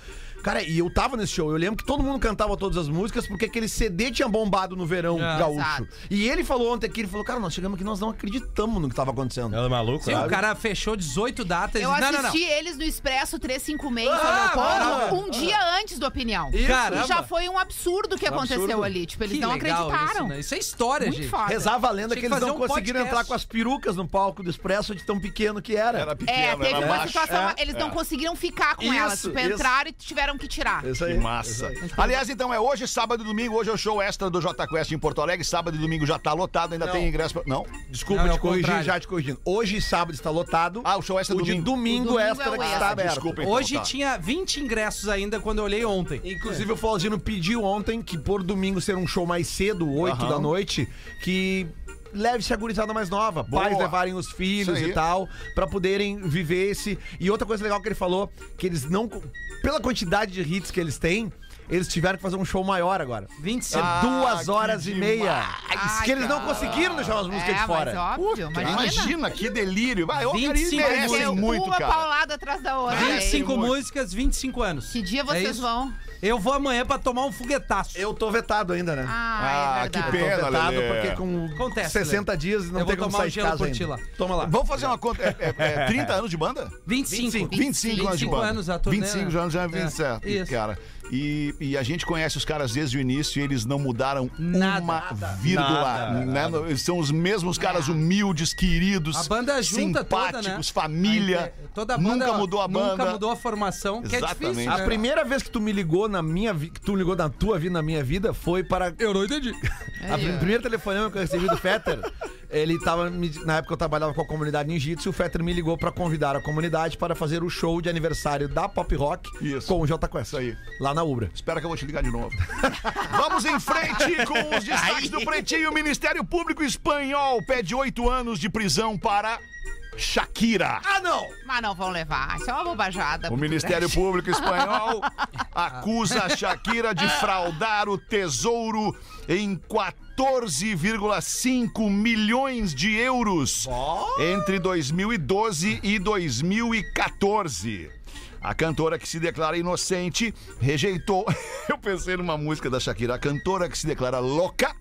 Speaker 6: cara, e eu tava nesse show, eu lembro que todo mundo cantava todas as músicas, porque aquele CD tinha bombado no verão
Speaker 3: É.
Speaker 6: gaúcho.
Speaker 4: Exato.
Speaker 6: E ele falou ontem aqui, ele falou, cara, nós chegamos aqui, nós não acreditamos no que tava acontecendo.
Speaker 5: Ela é maluca?
Speaker 3: Sim, o cara fechou 18 datas.
Speaker 4: Eu
Speaker 3: e- não, não, não.
Speaker 4: assisti eles no Expresso 356 em
Speaker 3: Ah,
Speaker 4: São
Speaker 3: maravilha.
Speaker 4: Leopoldo um dia antes do Opinião.
Speaker 3: Caramba.
Speaker 4: E já foi um absurdo que aconteceu ali. Tipo, eles
Speaker 3: Que
Speaker 4: não
Speaker 3: legal Isso,
Speaker 4: acreditaram.
Speaker 3: né? Isso é história,
Speaker 4: Muito
Speaker 3: gente.
Speaker 4: foda.
Speaker 6: Rezava a lenda
Speaker 3: Tinha
Speaker 6: que
Speaker 3: que
Speaker 6: eles
Speaker 3: fazer
Speaker 6: não
Speaker 3: um
Speaker 6: conseguiram
Speaker 3: podcast.
Speaker 6: entrar com as perucas no palco do Expresso de tão pequeno que era.
Speaker 2: Era
Speaker 4: É,
Speaker 2: pequeno,
Speaker 4: teve
Speaker 2: era
Speaker 4: uma
Speaker 2: baixo.
Speaker 4: situação.
Speaker 6: É,
Speaker 4: Eles não conseguiram ficar com
Speaker 6: Isso,
Speaker 4: elas. Tipo,
Speaker 6: isso.
Speaker 4: entraram e tiveram que tirar.
Speaker 6: Isso
Speaker 2: Que massa. Aliás, então, é hoje, sábado e domingo. Hoje é o show extra do J Quest em Porto Alegre. Sábado e domingo já tá lotado, ainda tem ingresso pra... Não?
Speaker 6: Desculpa
Speaker 3: Não, é
Speaker 6: te
Speaker 3: o
Speaker 6: corrigir,
Speaker 3: contrário.
Speaker 6: já te corrigindo. Hoje e sábado está lotado.
Speaker 2: Ah, o show extra é
Speaker 6: O de
Speaker 2: domingo.
Speaker 6: domingo,
Speaker 4: O domingo
Speaker 6: extra
Speaker 4: é o
Speaker 6: que
Speaker 4: extra.
Speaker 6: está aberto.
Speaker 2: Desculpa, então,
Speaker 3: Hoje
Speaker 2: tá.
Speaker 3: tinha 20 ingressos ainda quando eu olhei ontem.
Speaker 6: Inclusive, o Flauzino pediu ontem que por domingo ser um show mais cedo, 8
Speaker 2: Aham.
Speaker 6: da noite, que leve-se a gurizada mais nova.
Speaker 2: Boa.
Speaker 6: Pais levarem os filhos
Speaker 2: Isso aí.
Speaker 6: e tal, pra poderem viver esse. E outra coisa legal que ele falou, que eles não. Pela quantidade de hits que eles têm, eles tiveram que fazer um show maior agora.
Speaker 3: 25.
Speaker 2: Ah,
Speaker 6: duas
Speaker 2: que
Speaker 6: horas e
Speaker 2: demais.
Speaker 6: meia.
Speaker 4: Ai,
Speaker 6: que eles não
Speaker 4: cara.
Speaker 6: conseguiram deixar as músicas
Speaker 4: é,
Speaker 6: de fora.
Speaker 4: Mas óbvio,
Speaker 2: Cara,
Speaker 4: imagina.
Speaker 2: Imagina, que delírio. Vai, ô, cara, eles
Speaker 3: 25
Speaker 2: merecem
Speaker 4: Deu
Speaker 3: anos.
Speaker 2: muito,
Speaker 4: uma
Speaker 2: cara.
Speaker 4: paulada atrás da outra. hein?
Speaker 3: 25 músicas, 25 anos.
Speaker 4: Ah, é. Que dia
Speaker 3: É
Speaker 4: vocês
Speaker 3: isso.
Speaker 4: vão?
Speaker 3: Eu vou amanhã pra tomar um foguetaço.
Speaker 6: Eu tô vetado ainda, né?
Speaker 4: Ah, é
Speaker 2: Ah, que
Speaker 4: verdade.
Speaker 2: pena.
Speaker 6: tô vetado
Speaker 2: Lelê.
Speaker 6: porque com
Speaker 3: Acontece,
Speaker 6: 60 dias não
Speaker 3: Eu
Speaker 6: tem
Speaker 3: vou
Speaker 6: como
Speaker 3: tomar um
Speaker 6: sair de
Speaker 3: gelo
Speaker 6: casa
Speaker 3: por ti
Speaker 6: ainda.
Speaker 3: lá.
Speaker 6: Toma lá.
Speaker 2: Vamos fazer uma conta. É, é- é 30 anos de banda? 25
Speaker 3: 25.
Speaker 2: anos de
Speaker 3: 25
Speaker 2: banda.
Speaker 3: anos a turnê,
Speaker 2: 25
Speaker 3: né?
Speaker 2: anos já
Speaker 3: É,
Speaker 2: 27,
Speaker 3: isso.
Speaker 2: cara. E, e a gente conhece os caras desde o início e eles não mudaram
Speaker 3: Nada. É.
Speaker 2: uma vírgula.
Speaker 5: Nada,
Speaker 2: né? Eles São os mesmos caras humildes, queridos,
Speaker 3: A banda junta toda,
Speaker 2: simpáticos,
Speaker 3: né? A
Speaker 2: família.
Speaker 3: inte- toda a banda,
Speaker 2: nunca mudou a banda.
Speaker 3: Nunca mudou a formação, que é
Speaker 2: Exatamente.
Speaker 3: difícil,
Speaker 6: A
Speaker 3: né?
Speaker 6: primeira vez que tu me ligou na minha vi- que tu ligou na tua vida, na minha vida, foi para
Speaker 3: Eu não entendi.
Speaker 6: A prim- primeiro telefonema que eu recebi do Fetter, ele tava. me- Na época eu trabalhava com a comunidade ninjitsu e o Fetter me ligou pra convidar a comunidade para fazer o show de aniversário da Pop Rock
Speaker 2: Isso.
Speaker 6: com o J Quest.
Speaker 2: Isso aí.
Speaker 6: Lá na Ubra.
Speaker 2: Espera que eu vou te ligar de novo. Vamos em frente com os destaques do Pretinho. O Ministério Público Espanhol pede oito anos de prisão para Shakira.
Speaker 6: Ah, não!
Speaker 4: Mas não vão levar. Isso é uma bobajada.
Speaker 2: O
Speaker 4: muito
Speaker 2: Ministério
Speaker 4: grande.
Speaker 2: Público Espanhol acusa a Shakira de fraudar o tesouro em 14,5 milhões de euros entre 2012 e 2014. A cantora que se declara inocente rejeitou. Eu pensei numa música da Shakira. A cantora que se declara louca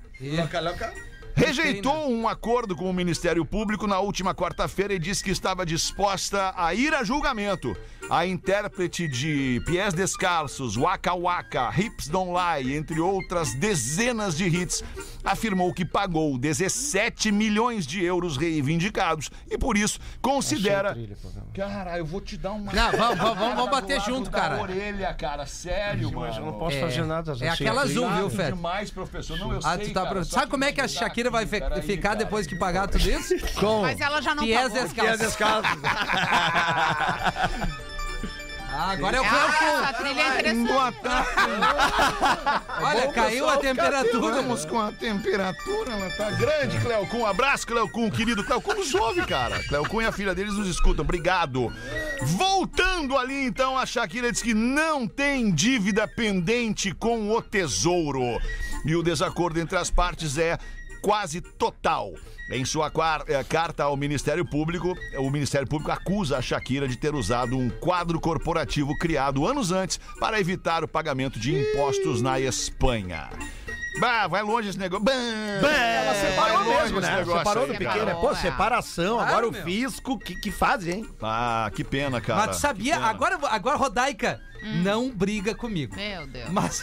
Speaker 2: Rejeitou um acordo com o Ministério Público na última quarta-feira e disse que estava disposta a ir a julgamento. A intérprete de Pies Descalços, Waka Waka, Hips Don't Lie, entre outras dezenas de hits, afirmou que pagou 17 milhões de euros reivindicados e, por isso, considera. Cara, eu vou te dar uma.
Speaker 3: Não, vamos, vamos, vamos, vamos
Speaker 2: do
Speaker 3: bater
Speaker 2: lado
Speaker 3: junto,
Speaker 2: da
Speaker 3: cara.
Speaker 2: orelha, cara, sério, mano.
Speaker 5: Eu não posso fazer nada.
Speaker 3: é
Speaker 5: assim,
Speaker 3: aquela
Speaker 5: eu tenho-
Speaker 3: azul, viu, Fé?
Speaker 2: Demais, professor. Não, eu
Speaker 3: Ah,
Speaker 2: sei,
Speaker 3: tu tá
Speaker 2: cara,
Speaker 3: pro-
Speaker 2: só
Speaker 3: Sabe
Speaker 2: que
Speaker 3: como é que a
Speaker 2: me dá
Speaker 3: Shakira vai
Speaker 2: aqui,
Speaker 3: fe-
Speaker 2: peraí,
Speaker 3: ficar
Speaker 2: cara.
Speaker 3: depois que pagar tudo isso?
Speaker 6: Com
Speaker 3: é-
Speaker 4: Mas ela já não tá
Speaker 3: Pies
Speaker 4: pagou.
Speaker 3: descalços. Ah, agora é o
Speaker 4: Ah, essa
Speaker 3: campo.
Speaker 4: trilha é interessante.
Speaker 2: Boa tarde.
Speaker 3: Olha, caiu a temperatura.
Speaker 2: Vamos com a temperatura, ela tá grande, Cleocum. Um abraço, Cleocum, querido Cleocum. Nos ouve, cara. Cleocum e a filha deles nos escutam. Obrigado. Voltando ali, então, a Shakira diz que não tem dívida pendente com o tesouro. E o desacordo entre as partes é quase total. Em sua quar- eh, carta ao Ministério Público, o Ministério Público acusa a Shakira de ter usado um quadro corporativo criado anos antes para evitar o pagamento de impostos na Espanha. Bah, vai longe esse negócio. Bah,
Speaker 6: Então,
Speaker 3: É,
Speaker 6: Ela separou
Speaker 2: vai longe
Speaker 6: mesmo,
Speaker 2: esse
Speaker 6: né?
Speaker 2: negócio
Speaker 6: Separou
Speaker 2: aí,
Speaker 6: do
Speaker 2: cara.
Speaker 6: pequeno. é. Pô,
Speaker 4: Separou, é.
Speaker 6: separação,
Speaker 3: Claro,
Speaker 6: agora
Speaker 3: meu.
Speaker 6: o fisco, que, que fazem, hein?
Speaker 2: Ah, que pena, cara.
Speaker 3: Mas tu sabia,
Speaker 2: Que pena.
Speaker 3: agora, agora Rodaica,
Speaker 4: Hum.
Speaker 3: não briga comigo.
Speaker 4: Meu Deus.
Speaker 3: Mas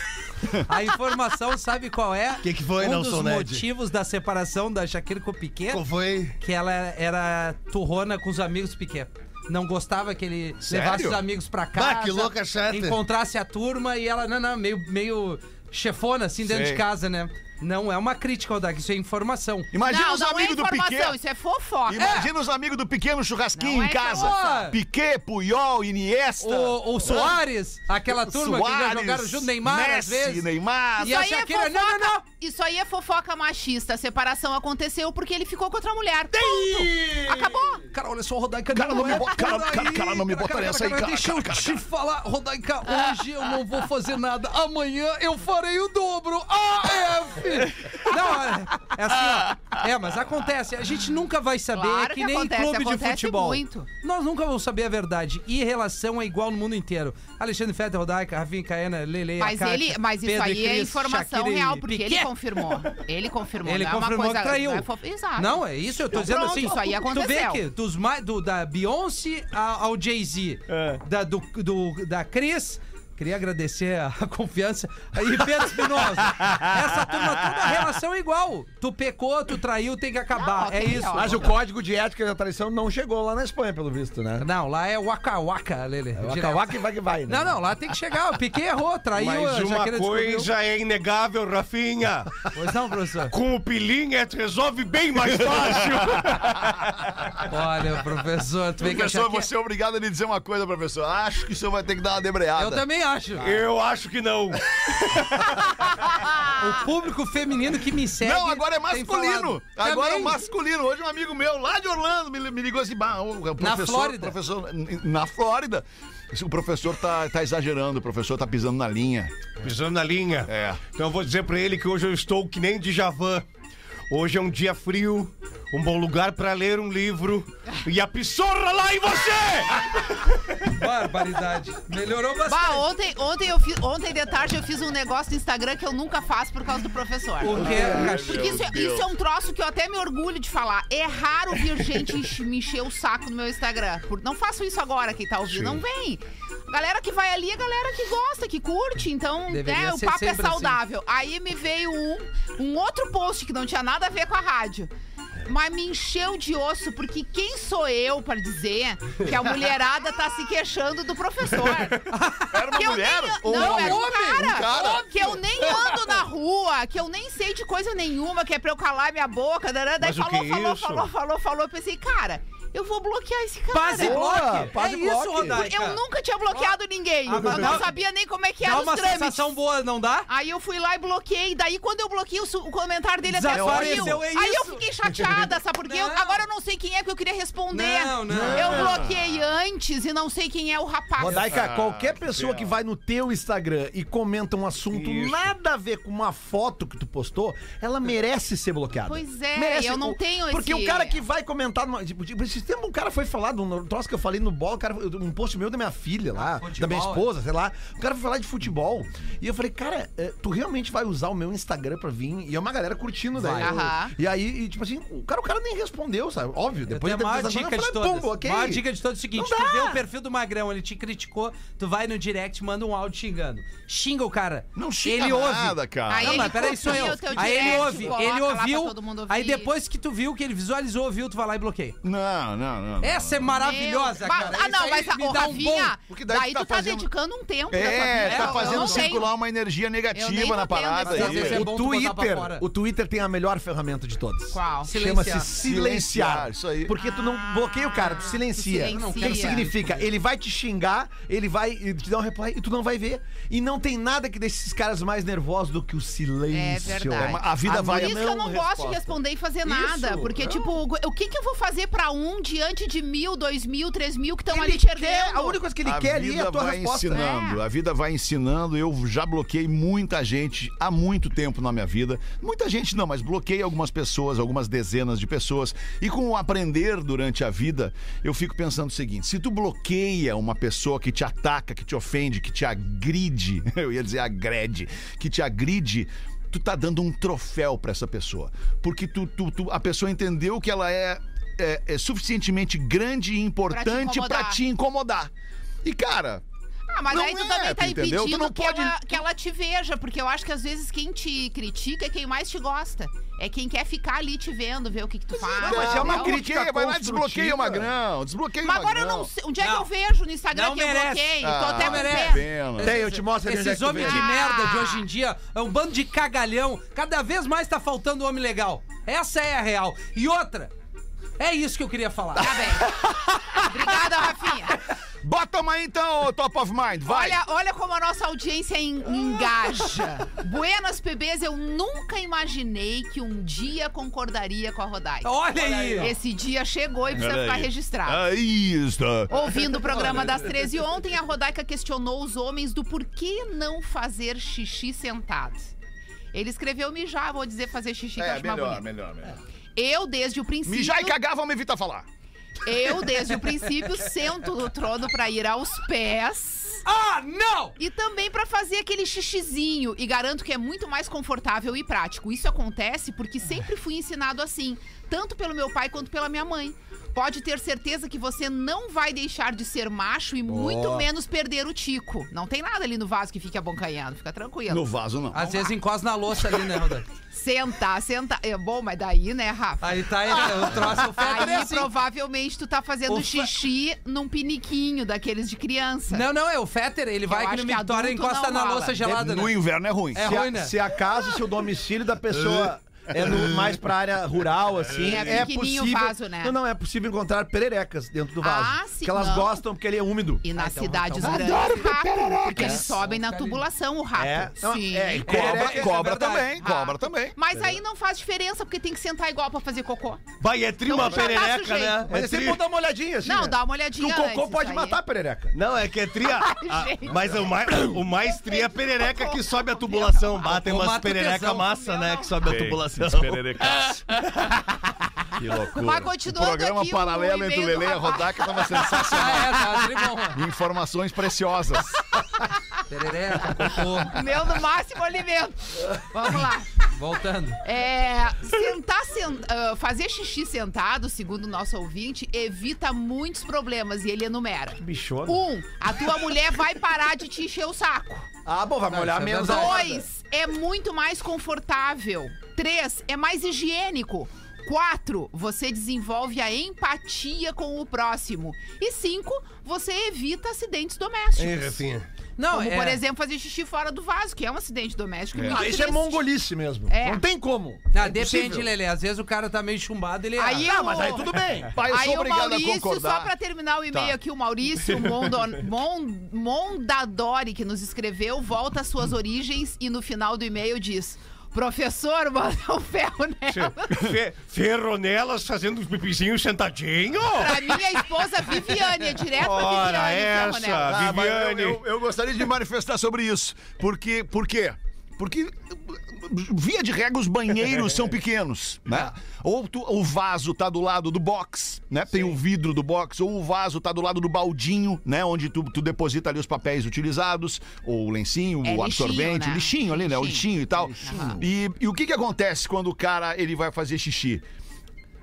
Speaker 3: a informação sabe qual é? O
Speaker 7: Que que foi,
Speaker 3: um
Speaker 7: Nelson
Speaker 3: dos
Speaker 7: Ned?
Speaker 3: motivos da separação da Shakira com o Piquet,
Speaker 7: Qual foi?
Speaker 3: que ela era turrona com os amigos do Piquet. Não gostava que ele levasse os amigos pra casa.
Speaker 7: Bah, que louca chata.
Speaker 3: Encontrasse a turma e ela, não, não, meio, meio chefona assim dentro
Speaker 7: Sei.
Speaker 3: de casa, né? Não é uma crítica, Rodak, isso é informação.
Speaker 2: Imagina
Speaker 4: não,
Speaker 2: os
Speaker 4: não é
Speaker 2: amigos do
Speaker 4: informação,
Speaker 2: Piquet.
Speaker 4: isso é fofoca.
Speaker 2: Imagina os amigos do pequeno churrasquinho
Speaker 4: Não
Speaker 2: em
Speaker 4: é
Speaker 2: casa.
Speaker 3: informação.
Speaker 2: Piquet, Puyol, Iniesta.
Speaker 3: O, o Soares, aquela turma que já
Speaker 2: Soares,
Speaker 3: jogaram junto, Neymar
Speaker 2: Messi,
Speaker 3: às vezes.
Speaker 2: Neymar.
Speaker 3: E a Shakira, não, não, não.
Speaker 4: é Isso aí é fofoca machista. A separação aconteceu porque ele ficou com outra mulher. Ponto. Acabou.
Speaker 3: Cara, olha só, Rodaica.
Speaker 2: Cara, não me
Speaker 3: é
Speaker 2: bota-
Speaker 3: por
Speaker 2: cara,
Speaker 3: aí,
Speaker 2: cara, cara, não me bota nessa aí, cara,
Speaker 3: Deixa eu
Speaker 2: cara,
Speaker 3: te falar, Rodaica, hoje eu não vou fazer nada. Amanhã eu farei o dobro. AF! Não, é, é assim, ó. É, mas acontece. A gente nunca vai saber.
Speaker 4: Claro
Speaker 3: é que,
Speaker 4: que
Speaker 3: nem
Speaker 4: acontece,
Speaker 3: clube de
Speaker 4: acontece
Speaker 3: futebol.
Speaker 4: muito.
Speaker 3: Nós nunca vamos saber a verdade. E relação é igual no mundo inteiro. Alexandre Fetter, Rodaica, Rafinha Caena, Lele,
Speaker 4: Mas,
Speaker 3: Kátia,
Speaker 4: ele, mas isso
Speaker 3: Pedro e
Speaker 4: aí é
Speaker 3: Cris,
Speaker 4: informação
Speaker 3: Shakira e
Speaker 4: real, porque ele
Speaker 3: Piquet.
Speaker 4: confirmou. Ele confirmou.
Speaker 3: Ele
Speaker 4: não é
Speaker 3: confirmou
Speaker 4: uma coisa,
Speaker 3: que traiu.
Speaker 4: Não, é fofo- Exato.
Speaker 3: Não, é isso, eu tô
Speaker 4: Então
Speaker 3: dizendo
Speaker 4: pronto,
Speaker 3: assim.
Speaker 4: isso aí
Speaker 3: Tu vê
Speaker 4: aconteceu.
Speaker 3: que dos mais, do, da Beyoncé a- ao Jay-Z, da, do, do- da Cris. Queria agradecer a confiança. E Pedro Espinosa. Essa turma toda a relação é igual. Tu pecou, tu traiu, tem que acabar.
Speaker 4: Não,
Speaker 3: é
Speaker 4: tem,
Speaker 3: isso.
Speaker 4: ó.
Speaker 6: Mas o código de ética da traição não chegou lá na Espanha, pelo visto, né?
Speaker 3: Não, lá é waka waka, Lele.
Speaker 6: O
Speaker 3: Direto.
Speaker 6: Acabá que vai que vai, né?
Speaker 3: Não, não, lá tem que chegar. O Piquet errou, traiu.
Speaker 5: Mas
Speaker 3: a
Speaker 5: uma
Speaker 3: Shakira descobriu.
Speaker 5: coisa é inegável, Rafinha.
Speaker 3: Pois não, professor.
Speaker 5: Com o pilinha tu resolve bem mais fácil.
Speaker 3: Olha, professor, tu vê que a
Speaker 2: Professor,
Speaker 3: Shakira...
Speaker 2: você é obrigado a lhe dizer uma coisa, professor. Acho que o senhor vai ter que dar uma debreada.
Speaker 3: Eu também acho.
Speaker 5: Eu acho que não.
Speaker 3: O público feminino que me segue.
Speaker 2: Não, agora é
Speaker 3: tem
Speaker 2: masculino.
Speaker 3: falado.
Speaker 2: Agora é
Speaker 3: Também.
Speaker 2: masculino. Hoje um amigo meu lá de Orlando me, me ligou assim, bah, o professor,
Speaker 3: Flórida.
Speaker 2: professor n- na Flórida. O professor tá, tá exagerando, o professor tá pisando na linha.
Speaker 5: Pisando na linha.
Speaker 2: É.
Speaker 5: Então eu vou dizer pra ele que hoje eu estou que nem Djavan. Hoje é um dia frio, um bom lugar pra ler um livro. E a pissorra lá em você!
Speaker 3: Barbaridade. Melhorou
Speaker 4: Bah,
Speaker 3: bastante.
Speaker 4: ontem, ontem, eu fiz, ontem de tarde eu fiz um negócio no Instagram que eu nunca faço por causa do professor.
Speaker 3: O que é, Caxi?
Speaker 4: Porque isso, é- isso é um troço que eu até me orgulho de falar. É raro vir gente enche- me encher o saco no meu Instagram. Por- Não faço isso agora, quem tá ouvindo. Não vem. Galera que vai ali é galera que gosta, que curte. Então,
Speaker 3: Deveria
Speaker 4: né, o
Speaker 3: ser
Speaker 4: papo é
Speaker 3: sempre assim.
Speaker 4: saudável. Aí me veio um, um outro post que não tinha nada a ver com a rádio. Mas me encheu de osso, porque quem sou eu pra dizer que a mulherada tá se queixando do professor?
Speaker 2: Era uma
Speaker 4: Que eu
Speaker 2: mulher?
Speaker 4: nem-
Speaker 2: Ou
Speaker 4: não,
Speaker 2: um
Speaker 4: era
Speaker 2: homem?
Speaker 4: um cara,
Speaker 2: Um cara?
Speaker 4: Que eu nem ando na rua, que eu nem sei de coisa nenhuma, que é pra eu calar minha boca. Dará, daí
Speaker 5: Mas o
Speaker 4: falou,
Speaker 5: que é
Speaker 4: falou,
Speaker 5: isso?
Speaker 4: falou, falou, falou. Eu pensei, cara, eu vou bloquear esse cara.
Speaker 3: Passe e bloque.
Speaker 6: passe
Speaker 3: é
Speaker 6: e bloque.
Speaker 3: isso, Rodaica.
Speaker 4: Eu nunca tinha bloqueado ninguém.
Speaker 3: Agora-
Speaker 4: eu não sabia nem como é que
Speaker 3: Ah, Dá
Speaker 4: era
Speaker 3: uma
Speaker 4: os trâmites.
Speaker 3: sensação boa, não dá?
Speaker 4: Aí eu fui lá e bloqueei. Daí, quando eu bloqueei, o, su- o comentário dele até
Speaker 3: Desapareceu,
Speaker 4: sumiu.
Speaker 3: é
Speaker 4: Aí eu
Speaker 3: isso.
Speaker 4: fiquei chateada, sabe? Porque eu-
Speaker 3: Não.
Speaker 4: agora eu não sei quem é que eu queria responder.
Speaker 3: Não, não.
Speaker 4: Eu bloqueei antes e não sei quem é o rapaz.
Speaker 6: Rodaica, qualquer
Speaker 2: que
Speaker 6: pessoa que
Speaker 2: belo.
Speaker 6: vai no teu Instagram e comenta um assunto
Speaker 5: Isso.
Speaker 6: nada a ver com uma foto que tu postou, ela merece ser bloqueada.
Speaker 4: Pois é,
Speaker 6: merece,
Speaker 4: eu não
Speaker 6: O-
Speaker 4: tenho
Speaker 6: Porque
Speaker 4: esse-
Speaker 6: o cara que vai comentar. Numa, tipo, tipo, esse tempo um cara foi falar de um troço que eu falei no bolo, um cara, um post meu da minha filha lá, da
Speaker 3: futebol,
Speaker 6: minha
Speaker 3: é.
Speaker 6: esposa, sei lá. O cara foi falar de futebol. E eu falei, cara, eh, tu realmente vai usar o meu Instagram pra vir? E é uma galera curtindo daí.
Speaker 4: Vai. Aham.
Speaker 6: E aí, e, tipo assim, o cara, o cara nem respondeu, sabe? Óbvio,
Speaker 3: Depois
Speaker 6: depois da
Speaker 3: tem uma
Speaker 6: apresentação,
Speaker 3: dica
Speaker 6: eu
Speaker 3: de
Speaker 6: falei,
Speaker 3: todas.
Speaker 6: "Pumba, ok."
Speaker 3: Uma dica de todas é o seguinte:
Speaker 6: Não
Speaker 3: tu vê
Speaker 6: dá.
Speaker 3: o perfil do Magrão, ele te criticou, tu vai no direct, manda um áudio xingando. Xinga o cara.
Speaker 2: Não xinga
Speaker 3: ele
Speaker 2: nada,
Speaker 3: ouve.
Speaker 2: cara.
Speaker 4: Aí
Speaker 3: Não,
Speaker 4: ele
Speaker 3: mas peraí, sou
Speaker 4: copia
Speaker 3: eu.
Speaker 4: o teu
Speaker 3: Aí ele
Speaker 4: direct,
Speaker 3: ouve,
Speaker 4: coloca
Speaker 3: ele
Speaker 4: lá pra
Speaker 3: ouviu.
Speaker 4: todo mundo ouvir.
Speaker 3: Aí depois que tu viu, que ele visualizou, ouviu, tu vai lá e bloqueia.
Speaker 2: Não, não, não.
Speaker 3: Essa é
Speaker 4: Meu-
Speaker 3: maravilhosa,
Speaker 4: Mas-
Speaker 3: cara.
Speaker 4: Ah,
Speaker 3: Isso
Speaker 4: não,
Speaker 3: aí
Speaker 4: mas
Speaker 3: me
Speaker 4: ô,
Speaker 3: dá um
Speaker 4: Rafinha,
Speaker 3: bom-
Speaker 2: Porque daí
Speaker 4: daí
Speaker 2: tu
Speaker 4: tu
Speaker 2: tá
Speaker 4: tá
Speaker 2: fazendo-
Speaker 4: dedicando um tempo
Speaker 2: É,
Speaker 4: da tua vida.
Speaker 2: tá
Speaker 4: Eu
Speaker 2: fazendo
Speaker 4: não
Speaker 2: circular uma energia
Speaker 4: Eu nem
Speaker 2: negativa na
Speaker 4: entendo
Speaker 2: parada
Speaker 4: essas
Speaker 2: aí.
Speaker 3: coisas. É
Speaker 6: o
Speaker 3: bom tu botar pra
Speaker 6: Twitter,
Speaker 3: fora.
Speaker 6: o Twitter tem a melhor ferramenta de todas.
Speaker 4: Qual?
Speaker 6: Chama-se
Speaker 3: Silenciar.
Speaker 6: silenciar.
Speaker 2: Silenciar, isso aí.
Speaker 6: Porque tu não bloqueia o cara, tu silencia.
Speaker 4: Tu
Speaker 6: O que,
Speaker 4: silencia.
Speaker 6: que significa? Ele vai te xingar, ele vai te dar um reply e tu não vai ver. E não tem nada que deixe esses caras mais nervosos do que o silêncio.
Speaker 4: É verdade. É, mas
Speaker 2: a vida vai-
Speaker 4: Por isso que eu não gosto de
Speaker 6: resposta.
Speaker 4: responder e fazer nada.
Speaker 6: Isso,
Speaker 4: porque,
Speaker 6: não.
Speaker 4: tipo, o que, que eu vou fazer pra um diante de mil, dois mil, três mil que estão
Speaker 6: Ele
Speaker 4: ali te
Speaker 6: quer-
Speaker 4: erguendo?
Speaker 6: a única coisa que ele
Speaker 2: a
Speaker 6: quer
Speaker 2: vida
Speaker 6: ali é a tua
Speaker 2: vai
Speaker 6: resposta.
Speaker 2: ensinando,
Speaker 4: É.
Speaker 2: a vida vai ensinando. Eu já bloqueei muita gente há muito tempo na minha vida. Muita gente não, mas bloqueei algumas pessoas, algumas dezenas de pessoas. E com o aprender durante a vida, eu fico pensando o seguinte: se tu bloqueia uma pessoa que te ataca, que te ofende, que te agride, eu ia dizer agrede, que te agride, tu tá dando um troféu pra essa pessoa. Porque tu, tu- tu- a pessoa entendeu que ela é, é- é suficientemente grande e importante pra
Speaker 4: incomodar.
Speaker 2: te incomodar. E, cara,
Speaker 4: Ah, mas
Speaker 2: Não
Speaker 4: aí tu
Speaker 2: é,
Speaker 4: também tá
Speaker 2: tu entendeu? Tu
Speaker 4: impedindo
Speaker 2: não pode-
Speaker 4: que, ela, que ela te veja, porque eu acho que às vezes quem te critica é quem mais te gosta. É quem quer ficar ali te vendo, ver o que, que tu faz.
Speaker 6: mas é uma
Speaker 4: entendeu?
Speaker 6: crítica
Speaker 2: bloqueia, vai lá, desbloqueia
Speaker 6: construtiva.
Speaker 2: o Magrão, desbloqueia
Speaker 4: Mas
Speaker 2: o Magrão.
Speaker 4: agora eu não sei. Onde é que
Speaker 3: Não.
Speaker 4: eu vejo no Instagram
Speaker 3: Não
Speaker 4: que
Speaker 3: merece.
Speaker 4: eu bloqueei?
Speaker 2: Ah,
Speaker 4: Tô até com
Speaker 3: merece.
Speaker 4: pena.
Speaker 2: Pena.
Speaker 6: Tem, eu te mostro ali onde é
Speaker 3: Esses
Speaker 6: que tu
Speaker 3: homens
Speaker 6: vê.
Speaker 3: de
Speaker 4: Ah.
Speaker 3: merda de hoje em dia é um bando de cagalhão. Cada vez mais tá faltando homem legal. Essa é a real. E outra, é isso que eu queria falar.
Speaker 4: Tá bem. Obrigada, Rafinha.
Speaker 2: Bota uma aí então, ô top of mind, vai.
Speaker 4: Olha, olha como a nossa audiência en- engaja. Buenas bebês, eu nunca imaginei que um dia concordaria com a Rodaica.
Speaker 3: Olha aí.
Speaker 4: Esse dia chegou e precisa
Speaker 2: Olha
Speaker 4: ficar
Speaker 2: aí. Ah. É
Speaker 4: registrado.
Speaker 2: Aí está.
Speaker 4: Ouvindo o programa das 13 ontem, a Rodaica questionou os homens do porquê não fazer xixi sentado. Ele escreveu mijar, vou dizer fazer xixi, que eu
Speaker 2: É,
Speaker 4: acho mais
Speaker 2: melhor,
Speaker 4: bonito.
Speaker 2: melhor, melhor.
Speaker 4: Eu, desde o princípio...
Speaker 2: Mijar e cagar, vamos evitar falar.
Speaker 4: Eu, desde o princípio, sento no trono pra ir aos pés...
Speaker 3: Ah, não!
Speaker 4: E também pra fazer aquele xixizinho. E garanto que é muito mais confortável e prático. Isso acontece porque sempre fui ensinado assim, tanto pelo meu pai quanto pela minha mãe. Pode ter certeza que você não vai deixar de ser macho e muito menos perder o tico. Não tem nada ali no vaso que fique abocanhando, fica tranquilo.
Speaker 2: No vaso, não.
Speaker 3: Às vezes encosta na louça ali, né, Rodaica?
Speaker 4: Sentar, sentar. É bom, mas daí, né, Rafa?
Speaker 3: Aí tá aí, o troço o Fetter é
Speaker 4: Aí
Speaker 3: assim.
Speaker 4: provavelmente tu tá fazendo
Speaker 3: O fe-
Speaker 4: xixi num piniquinho daqueles de criança.
Speaker 3: Não, não, é o Fetter, ele vai
Speaker 4: Eu
Speaker 3: aqui
Speaker 4: acho
Speaker 3: no
Speaker 4: que
Speaker 3: Victoria e
Speaker 4: adulto
Speaker 3: encosta
Speaker 4: não
Speaker 3: na
Speaker 4: rola.
Speaker 3: louça gelada,
Speaker 2: no
Speaker 3: né?
Speaker 2: inverno é ruim.
Speaker 3: É
Speaker 6: Se,
Speaker 3: ruim, né?
Speaker 6: a, se acaso se o domicílio da pessoa é no- mais pra área rural, assim,
Speaker 4: É,
Speaker 6: é,
Speaker 4: pequenininho
Speaker 6: possível.
Speaker 4: o vaso, né?
Speaker 6: Não, não, é possível encontrar pererecas dentro do vaso.
Speaker 4: Ah, sim,
Speaker 6: Que elas
Speaker 4: não.
Speaker 6: gostam porque ele é úmido.
Speaker 4: E nas
Speaker 3: então,
Speaker 4: cidades
Speaker 3: então.
Speaker 4: grandes, rato, porque eles sobem na
Speaker 3: Fica ali.
Speaker 4: tubulação, o rato.
Speaker 6: um É, não,
Speaker 4: Sim.
Speaker 6: é, e
Speaker 2: Cobra,
Speaker 6: perereca-
Speaker 2: cobra
Speaker 3: verdade.
Speaker 2: também, cobra
Speaker 4: Ah.
Speaker 2: também.
Speaker 4: Mas aí não faz diferença, porque tem que sentar igual pra fazer cocô.
Speaker 5: Vai, é tri
Speaker 4: Não,
Speaker 5: uma
Speaker 4: já tá
Speaker 5: perereca,
Speaker 4: sujeito.
Speaker 5: né?
Speaker 6: Mas é sempre bom dar uma olhadinha, assim.
Speaker 4: Não,
Speaker 6: né?
Speaker 4: dá uma
Speaker 6: Porque
Speaker 4: olhadinha
Speaker 6: o cocô
Speaker 4: antes,
Speaker 6: pode
Speaker 4: isso
Speaker 6: matar a
Speaker 4: aí.
Speaker 6: perereca.
Speaker 5: Não, é que é tria.
Speaker 4: Gente.
Speaker 5: mas o mais, o mais tria é a perereca que sobe a tubulação. Batem
Speaker 3: Eu
Speaker 5: umas
Speaker 3: mato
Speaker 5: perereca
Speaker 3: tesão.
Speaker 5: massa, né? Que sobe a tubulação.
Speaker 2: Que loucura.
Speaker 4: Mas
Speaker 2: O
Speaker 4: continuando
Speaker 2: programa
Speaker 4: aqui, o-
Speaker 2: paralelo
Speaker 4: o
Speaker 2: entre o
Speaker 4: e-mail
Speaker 2: Lele e a
Speaker 4: do rapaz.
Speaker 2: Rodaca tava sensacional.
Speaker 3: Ah, é, tá, tri bom.
Speaker 2: Informações preciosas.
Speaker 3: Perereca, cocô,
Speaker 4: Meu no máximo alimento. Vamos lá.
Speaker 3: voltando.
Speaker 4: É, sentar, sen- ah, fazer xixi sentado, segundo o nosso ouvinte, evita muitos problemas e ele enumera.
Speaker 6: Bichona.
Speaker 4: Um, a tua mulher vai parar de te encher o saco.
Speaker 6: Ah, bom, vai
Speaker 3: Não,
Speaker 6: molhar
Speaker 3: isso é
Speaker 6: menos.
Speaker 3: verdade.
Speaker 6: a-
Speaker 4: Dois, é muito mais confortável. Três, é mais higiênico. Quatro, você desenvolve a empatia com o próximo. E cinco, você evita acidentes domésticos.
Speaker 5: É Rafinha?
Speaker 3: É. Não,
Speaker 4: Como,
Speaker 3: é-
Speaker 4: por exemplo, fazer xixi fora do vaso, que é um acidente doméstico. muito
Speaker 6: Ah, isso é
Speaker 4: triste.
Speaker 6: mongolice mesmo.
Speaker 4: É.
Speaker 6: Não tem como.
Speaker 3: Ah,
Speaker 6: É
Speaker 3: depende,
Speaker 6: impossível.
Speaker 3: Lelê. Às vezes o cara tá meio chumbado, ele
Speaker 4: Aí
Speaker 3: erra.
Speaker 4: eu-
Speaker 6: Mas aí tudo bem.
Speaker 2: Pai, eu
Speaker 4: Aí
Speaker 2: sou
Speaker 4: o
Speaker 2: obrigado a
Speaker 4: Maurício,
Speaker 2: concordar.
Speaker 4: só pra terminar o e-mail
Speaker 2: Tá.
Speaker 4: aqui, o Maurício Mondon- Mon- Mondadori, que nos escreveu, volta às suas origens e no final do e-mail diz: Professor, bota um ferro nela.
Speaker 5: Fe- ferronelas fazendo os pipizinhos sentadinho?
Speaker 4: Pra minha esposa Viviane, é direto pra
Speaker 5: Ora
Speaker 4: Viviane, ferro
Speaker 5: essa,
Speaker 4: nela.
Speaker 2: Ah, mas eu-
Speaker 5: Viviane.
Speaker 2: eu, eu gostaria de me manifestar sobre isso. Porque, por quê? Porque, via de regra, os banheiros são pequenos, né? Ou tu- o vaso tá do lado do box, né? Tem o vidro do box, ou o vaso tá do lado do baldinho, né? Onde tu, tu deposita ali os papéis utilizados, ou o lencinho,
Speaker 4: É
Speaker 2: o
Speaker 4: lixinho,
Speaker 2: absorvente,
Speaker 4: né?
Speaker 2: lixinho ali, né? O
Speaker 4: Lixinho.
Speaker 2: lixinho e tal. E, e o que que acontece quando o cara, ele vai fazer xixi?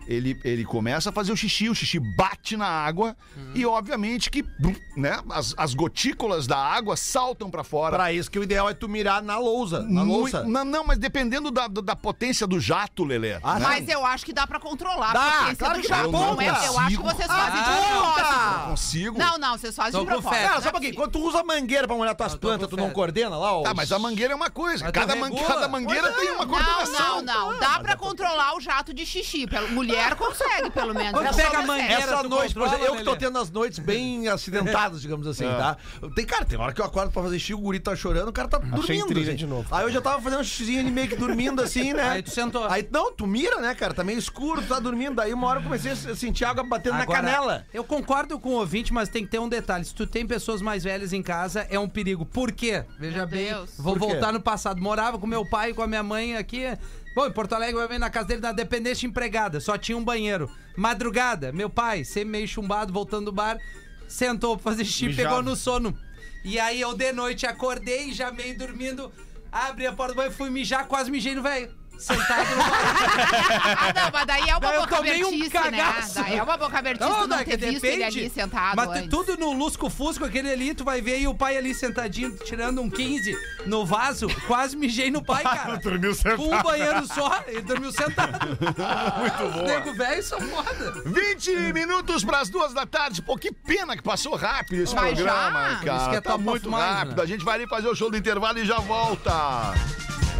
Speaker 2: ele, ele começa a fazer o xixi, o xixi bate na água e, obviamente, que brum, né, as, as gotículas da água saltam pra fora.
Speaker 6: Pra isso que o ideal é tu mirar na lousa. Na
Speaker 2: Mui-
Speaker 6: louça.
Speaker 2: Não, não, mas dependendo da, da, da potência do jato, Lelê. né,
Speaker 6: Ah,
Speaker 4: Mas eu acho que dá pra controlar.
Speaker 6: Dá,
Speaker 4: porque esse
Speaker 6: claro
Speaker 4: do
Speaker 6: que dá,
Speaker 4: Japão, não é,
Speaker 2: consigo.
Speaker 4: eu acho que vocês fazem de
Speaker 3: Ah,
Speaker 2: não
Speaker 4: propósito.
Speaker 2: consigo.
Speaker 4: Não, não, vocês fazem
Speaker 3: Tô
Speaker 4: de
Speaker 3: com
Speaker 4: propósito.
Speaker 3: fé.
Speaker 6: Cara,
Speaker 4: Não
Speaker 6: só
Speaker 4: é
Speaker 6: um pouquinho.
Speaker 4: possível.
Speaker 6: Quando tu usa mangueira pra molhar tuas
Speaker 3: Não, tá é. tô
Speaker 6: plantas,
Speaker 3: com
Speaker 6: tu não
Speaker 3: fé.
Speaker 6: coordena lá? ó,
Speaker 2: Tá,
Speaker 6: os-
Speaker 2: mas a mangueira é uma coisa.
Speaker 3: Mas tu
Speaker 2: Cada, man-
Speaker 3: regula.
Speaker 2: cada mangueira
Speaker 6: Pois é.
Speaker 2: tem uma
Speaker 4: Não,
Speaker 2: coordenação.
Speaker 4: não, não. Dá pra controlar o jato de xixi. pelo- Mulher consegue, pelo menos. É
Speaker 3: Quando
Speaker 4: Não
Speaker 3: pega a
Speaker 4: consegue.
Speaker 3: mangueira,
Speaker 6: Essa
Speaker 3: tu
Speaker 6: noite, por
Speaker 3: controla,
Speaker 6: exemplo, eu que tô
Speaker 3: Lelê? É.
Speaker 6: tendo as noites bem acidentadas, digamos assim, tá? Tem, cara, tem hora que eu acordo pra fazer xixi, o guri tá chorando, o cara tá dormindo.
Speaker 5: trilha
Speaker 6: assim.
Speaker 5: de novo.
Speaker 6: Aí eu já tava fazendo um xixizinho ali meio que dormindo assim, né?
Speaker 3: Aí tu sentou.
Speaker 6: Aí, não, tu mira, né, cara? Tá meio escuro, tu tá dormindo. Aí uma hora eu comecei a sentir água batendo
Speaker 3: Agora,
Speaker 6: na canela.
Speaker 3: Eu concordo com o ouvinte, mas tem que ter um detalhe. Se tu tem pessoas mais velhas em casa, é um perigo. Por quê? Veja
Speaker 4: Meu
Speaker 3: bem,
Speaker 4: Deus.
Speaker 3: vou
Speaker 6: Por quê?
Speaker 3: voltar no passado. Morava com meu pai e com a minha mãe aqui. Bom, em Porto Alegre, eu ia na casa dele, na dependência empregada. Só tinha um banheiro. Madrugada, meu pai, sempre meio chumbado, voltando do bar, sentou pra fazer xixi,
Speaker 5: Mijava.
Speaker 3: pegou no sono. E aí eu de noite acordei, já meio dormindo, abri a porta do banho, fui mijar, quase mijei no velho. Sentado no banheiro.
Speaker 4: Ah, não, mas daí é uma
Speaker 3: Daí eu
Speaker 4: boca
Speaker 3: tomei um
Speaker 4: abertice, né?
Speaker 3: cagaço.
Speaker 4: Daí é uma boca abertice não, não
Speaker 3: Dai,
Speaker 4: ter visto ele ali sentado
Speaker 3: Mas tu-
Speaker 4: antes.
Speaker 3: tudo no lusco-fusco, aquele ali, tu vai ver e o pai ali sentadinho, tirando um 15 no vaso, quase mijei no pai, cara.
Speaker 5: dormiu sentado.
Speaker 3: Com um banheiro só, ele dormiu sentado. Muito bom. Nego velho, são foda.
Speaker 2: 20 minutos pras duas da tarde. Pô, que pena que passou rápido esse
Speaker 4: Mas já?
Speaker 2: programa,
Speaker 4: Por
Speaker 2: cara.
Speaker 3: isso que é
Speaker 2: tá
Speaker 3: Top of
Speaker 2: muito
Speaker 3: Mind,
Speaker 2: rápido.
Speaker 3: né?
Speaker 2: A gente vai ali fazer o show do intervalo e já volta.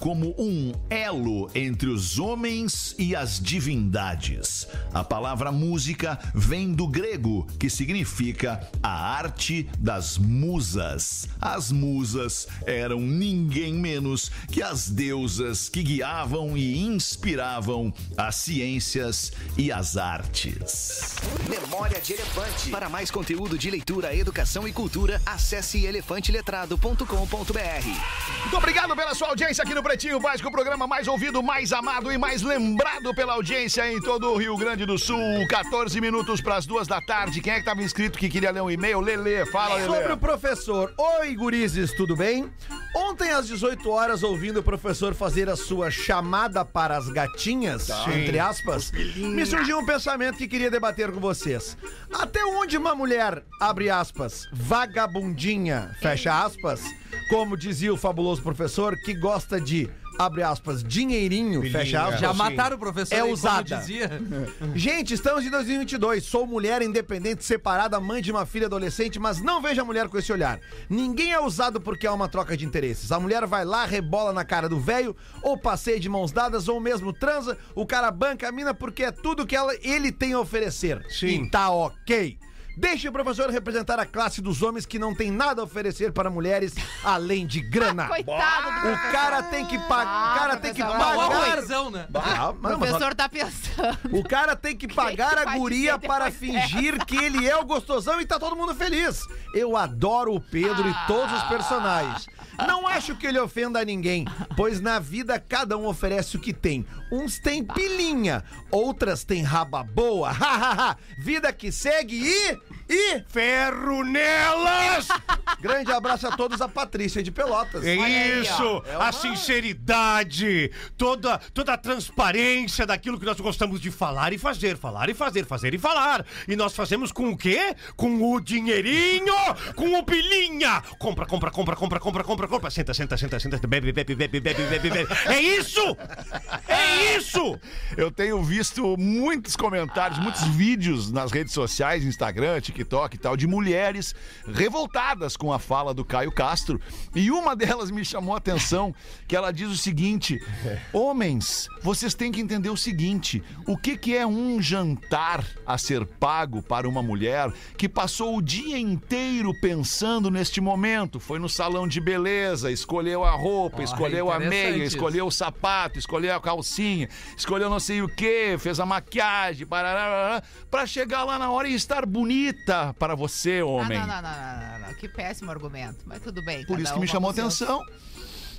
Speaker 2: como um elo entre os homens e as divindades. A palavra música vem do grego, que significa a arte das musas. As musas eram ninguém menos que as deusas que guiavam e inspiravam as ciências e as artes.
Speaker 7: Memória de Elefante. Para mais conteúdo de leitura, educação e cultura, acesse elefanteletrado.com.br.
Speaker 2: Muito obrigado pela sua audiência aqui no Pretinho Básico, o programa mais ouvido, mais amado e mais lembrado pela audiência em todo o Rio Grande do Sul. 14 minutos para as duas da tarde. Quem é que estava inscrito que queria ler um e-mail? Lele, fala,
Speaker 6: Sobre
Speaker 2: Lele.
Speaker 6: o professor. Oi, gurizes, tudo bem? Ontem às 18 horas, ouvindo o professor fazer a sua chamada para as gatinhas, entre aspas, me surgiu um pensamento que queria debater com vocês. Até onde uma mulher, abre aspas, vagabundinha, fecha aspas, como dizia o fabuloso professor, que gosta de, abre aspas, dinheirinho, fecha aspas.
Speaker 3: Já
Speaker 5: Sim.
Speaker 3: mataram o professor
Speaker 6: É
Speaker 3: aí, como
Speaker 6: ousada.
Speaker 3: dizia.
Speaker 6: É. Gente, estamos em 2022. Sou mulher independente, separada, mãe de uma filha adolescente, mas não vejo a mulher com esse olhar. Ninguém é usado porque há uma troca de interesses. A mulher vai lá, rebola na cara do velho, ou passeia de mãos dadas, ou mesmo transa. O cara banca a mina porque é tudo que ela, ele tem a oferecer.
Speaker 5: Sim.
Speaker 6: E tá ok. Deixe o professor representar a classe dos homens que não tem nada a oferecer para mulheres além de grana.
Speaker 4: Coitado do
Speaker 6: O cara tem que pagar. O cara tem que
Speaker 4: Ah, professor,
Speaker 3: Qual a
Speaker 6: pagar.
Speaker 3: razão, é né?
Speaker 6: Ah, mas não,
Speaker 4: O
Speaker 6: mas-
Speaker 4: professor tá pensando.
Speaker 6: o cara tem que pagar
Speaker 4: é que
Speaker 6: a
Speaker 4: vai
Speaker 6: guria
Speaker 4: dizer
Speaker 6: para
Speaker 4: depois dessa?
Speaker 6: fingir que ele é o gostosão e tá todo mundo feliz. Eu adoro o Pedro e todos
Speaker 4: Ah.
Speaker 6: os personagens. Não acho que ele ofenda a ninguém, pois na vida cada um oferece o que tem. Uns têm pilinha, outras têm raba boa. Ha, ha, ha. Vida que segue e. E.
Speaker 5: Ferronelas!
Speaker 6: Grande abraço a todos, a Patrícia de Pelotas.
Speaker 5: É
Speaker 4: aí,
Speaker 5: isso! a sinceridade, toda, toda a transparência daquilo que nós gostamos de falar e fazer, falar e fazer, fazer e falar. E nós fazemos com o quê? Com o dinheirinho, com o pilinha! Compra, compra, compra, compra, compra, compra, compra. Senta, senta, senta, senta, bebe, bebe, bebe, bebe, bebe, bebe. É isso! É isso!
Speaker 3: Ah.
Speaker 2: Eu tenho visto muitos comentários, muitos vídeos nas redes sociais, Instagram, TikTok e tal, de mulheres revoltadas com a fala do Caio Castro. E uma delas me chamou a atenção, que ela diz o seguinte:
Speaker 3: É.
Speaker 2: Homens, vocês têm que entender o seguinte: o que, que é um jantar a ser pago para uma mulher que passou o dia inteiro pensando neste momento? Foi no salão de beleza, escolheu a roupa,
Speaker 3: Ó,
Speaker 2: escolheu a
Speaker 3: interessante
Speaker 2: meia,
Speaker 3: isso.
Speaker 2: escolheu escolheu o sapato, escolheu a calcinha, escolheu não sei o que, fez a maquiagem, parará, para chegar lá na hora e estar bonita para você,
Speaker 4: Ah,
Speaker 2: homem.
Speaker 4: não, não, não, não, não, não. Que péssimo argumento. Mas tudo bem.
Speaker 2: Por
Speaker 4: cada
Speaker 2: isso que me
Speaker 4: um
Speaker 2: chamou
Speaker 4: com seus-
Speaker 2: atenção.